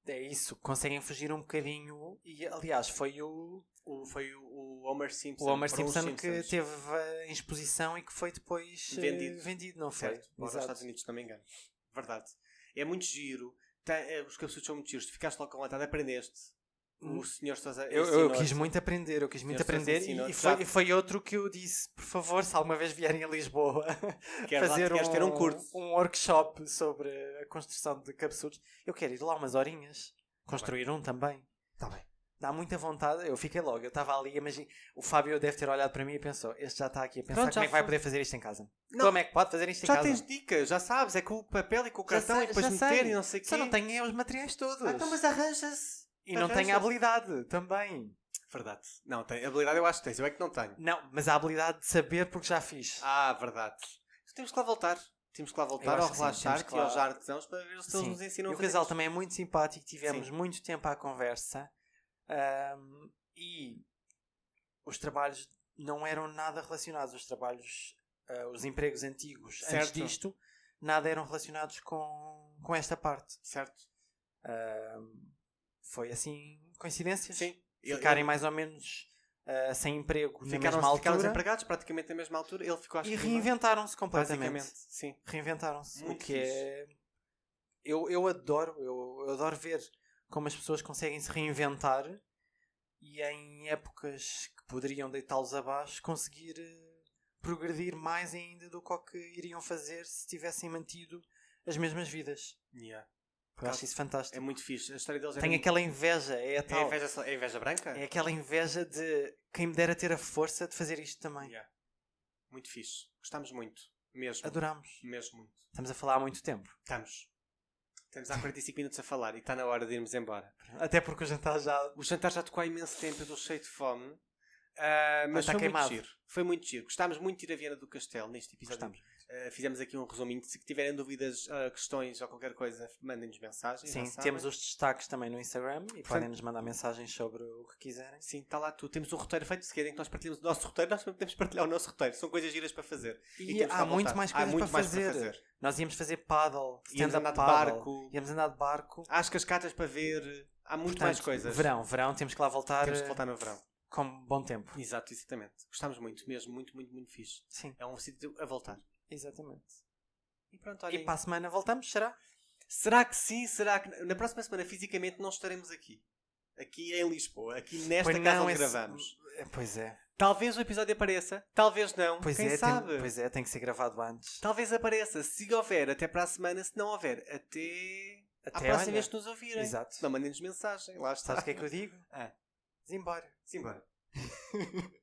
S1: É isso, conseguem fugir um bocadinho. E aliás, foi o,
S2: O, foi o, o Homer Simpson.
S1: o Homer
S2: para os
S1: Simpson que
S2: Simpsons.
S1: teve eh, em exposição e que foi depois eh,
S2: Vendido.
S1: vendido não foi?
S2: Certo, para os
S1: Exato.
S2: Estados Unidos, se não me engano. Verdade. É muito giro. Tem- eh, os cabeçudos são muito giros. Tu ficaste logo com vontade, aprendeste. O
S1: Hum.
S2: senhor Sousa
S1: Eu, eu
S2: ensinou-te.
S1: quis muito aprender, eu quis muito
S2: Senhor Sousa
S1: aprender e,
S2: ensinou-te.
S1: e foi,
S2: Já-
S1: e foi outro que eu disse, por favor, se alguma vez vierem a Lisboa
S2: Queres lá-
S1: fazer
S2: queres ter um curso.
S1: um workshop sobre a construção de cabeçudos, eu quero ir lá umas horinhas, construir um também.
S2: Está bem.
S1: dá muita vontade. Eu fiquei logo, eu estava ali, imagina. O Fábio deve ter olhado para mim e pensou: este já está aqui a pensar
S3: Pronto, já
S1: como é que vai
S3: foi.
S1: poder fazer isto em casa.
S2: Não.
S1: Como é que pode fazer isto em
S2: Já
S1: casa?
S2: tens dicas, já sabes, é com o papel e com o
S1: Já
S2: cartão
S1: sei-
S2: e depois
S1: já
S2: meter
S1: sei.
S2: e não sei o quê.
S1: Só não tem é os materiais todos.
S2: Ah, então, mas arranja-se.
S1: E não tem
S2: arranja-se.
S1: a habilidade também.
S2: Verdade. Não, tem. Habilidade eu acho que tens, eu é que não tenho.
S1: Não, mas a habilidade de saber porque já fiz.
S2: Ah, verdade. Temos que lá voltar. Temos que lá voltar
S1: acho
S2: ao
S1: que sim, temos
S2: relaxar
S1: que
S2: e
S1: lá-
S2: aos artesãos para ver se eles
S1: Sim.
S2: nos ensinam
S1: E
S2: a
S1: o
S2: fazer
S1: casal
S2: isto.
S1: também é muito simpático, tivemos muito tempo à conversa ahm, e os trabalhos não eram nada relacionados, os trabalhos, ah, os empregos antigos antes
S2: Certo.
S1: disto, nada eram relacionados com, com esta parte.
S2: Certo?
S1: Ahm, foi assim, coincidências.
S2: Sim. Eu-
S1: Ficarem
S2: eu-
S1: mais ou menos ah, sem emprego
S2: ficaram,
S1: na mesma
S2: ficaram
S1: altura
S2: desempregados praticamente na mesma altura. Ele ficou à
S1: e
S2: esquerda,
S1: reinventaram-se
S2: basicamente.
S1: completamente
S2: Sim.
S1: reinventaram-se. O
S2: Muito
S1: que é. Eu, eu adoro, eu, eu adoro ver como as pessoas conseguem se reinventar e em épocas que poderiam deitá-los abaixo, conseguir eh, progredir mais ainda do que o que iriam fazer se tivessem mantido as mesmas vidas.
S2: Yeah.
S1: Eu acho isso fantástico.
S2: É muito fixe. A história deles é
S1: Tem
S2: muito-
S1: aquela inveja, é a
S2: é
S1: tal.
S2: inveja, é inveja branca?
S1: É aquela inveja de quem me dera ter a força de fazer isto também.
S2: Yeah. Muito fixe. Gostámos muito. Mesmo.
S1: Adorámos.
S2: Mesmo muito.
S1: Estamos a falar há muito tempo.
S2: Estamos. Estamos há 45 minutos a falar e está na hora de irmos embora.
S1: Até porque o jantar já.
S2: O jantar já tocou há imenso tempo, eu estou cheio de fome. Ah, mas
S1: está tá
S2: foi
S1: queimado.
S2: muito giro. Foi muito giro. Gostámos muito de ir a Viana do Castelo neste episódio.
S1: Gostamos.
S2: Ah, fizemos aqui um resuminho. Se tiverem dúvidas, ah, questões ou qualquer coisa, mandem-nos mensagens. já
S1: Sim,
S2: sabem.
S1: temos os destaques também no Instagram e podem
S2: Portanto-
S1: nos mandar mensagens sobre o que quiserem.
S2: Sim, está lá tudo. Temos um roteiro feito de seguida em que nós partilhamos o nosso roteiro, nós também podemos partilhar o nosso roteiro. São coisas giras para fazer.
S1: E,
S2: temos que
S1: há
S2: lá
S1: muito
S2: voltar.
S1: mais
S2: Há
S1: coisas
S2: muito
S1: para,
S2: mais
S1: fazer. Nós íamos fazer paddle,
S2: Íamos
S1: stand-up
S2: andar de
S1: paddle,
S2: barco.
S1: íamos andar de barco.
S2: Há as cascatas para ver, há muito
S1: Portanto,
S2: mais coisas.
S1: Verão, verão, temos que lá voltar,
S2: Temos que
S1: eh,
S2: voltar no verão.
S1: com bom tempo.
S2: Exato, exatamente. Gostámos muito, mesmo, muito, muito, muito fixe.
S1: Sim,
S2: É um sítio a voltar.
S1: exatamente.
S2: E pronto,
S1: E
S2: olhem.
S1: para a semana voltamos, será?
S2: Será que sim? Será que na próxima semana fisicamente não estaremos aqui? Aqui em Lisboa, aqui nesta
S1: Pois
S2: casa
S1: não,
S2: onde
S1: esse-
S2: gravamos.
S1: Eh, Pois é,
S2: Talvez o episódio apareça, talvez não.
S1: pois
S2: então Quem
S1: é,
S2: sabe? Então,
S1: Tem, pois é, tem que ser gravado antes.
S2: Talvez apareça. Se houver, até para a semana. Se não houver, até, à
S1: Até
S2: próxima
S1: olha.
S2: vez que nos ouvirem.
S1: Exato. é
S2: Não mandem-nos mensagem. Lá está.
S1: Sabes o que é que eu digo?
S2: Ah.
S1: Simbora.
S2: Simbora.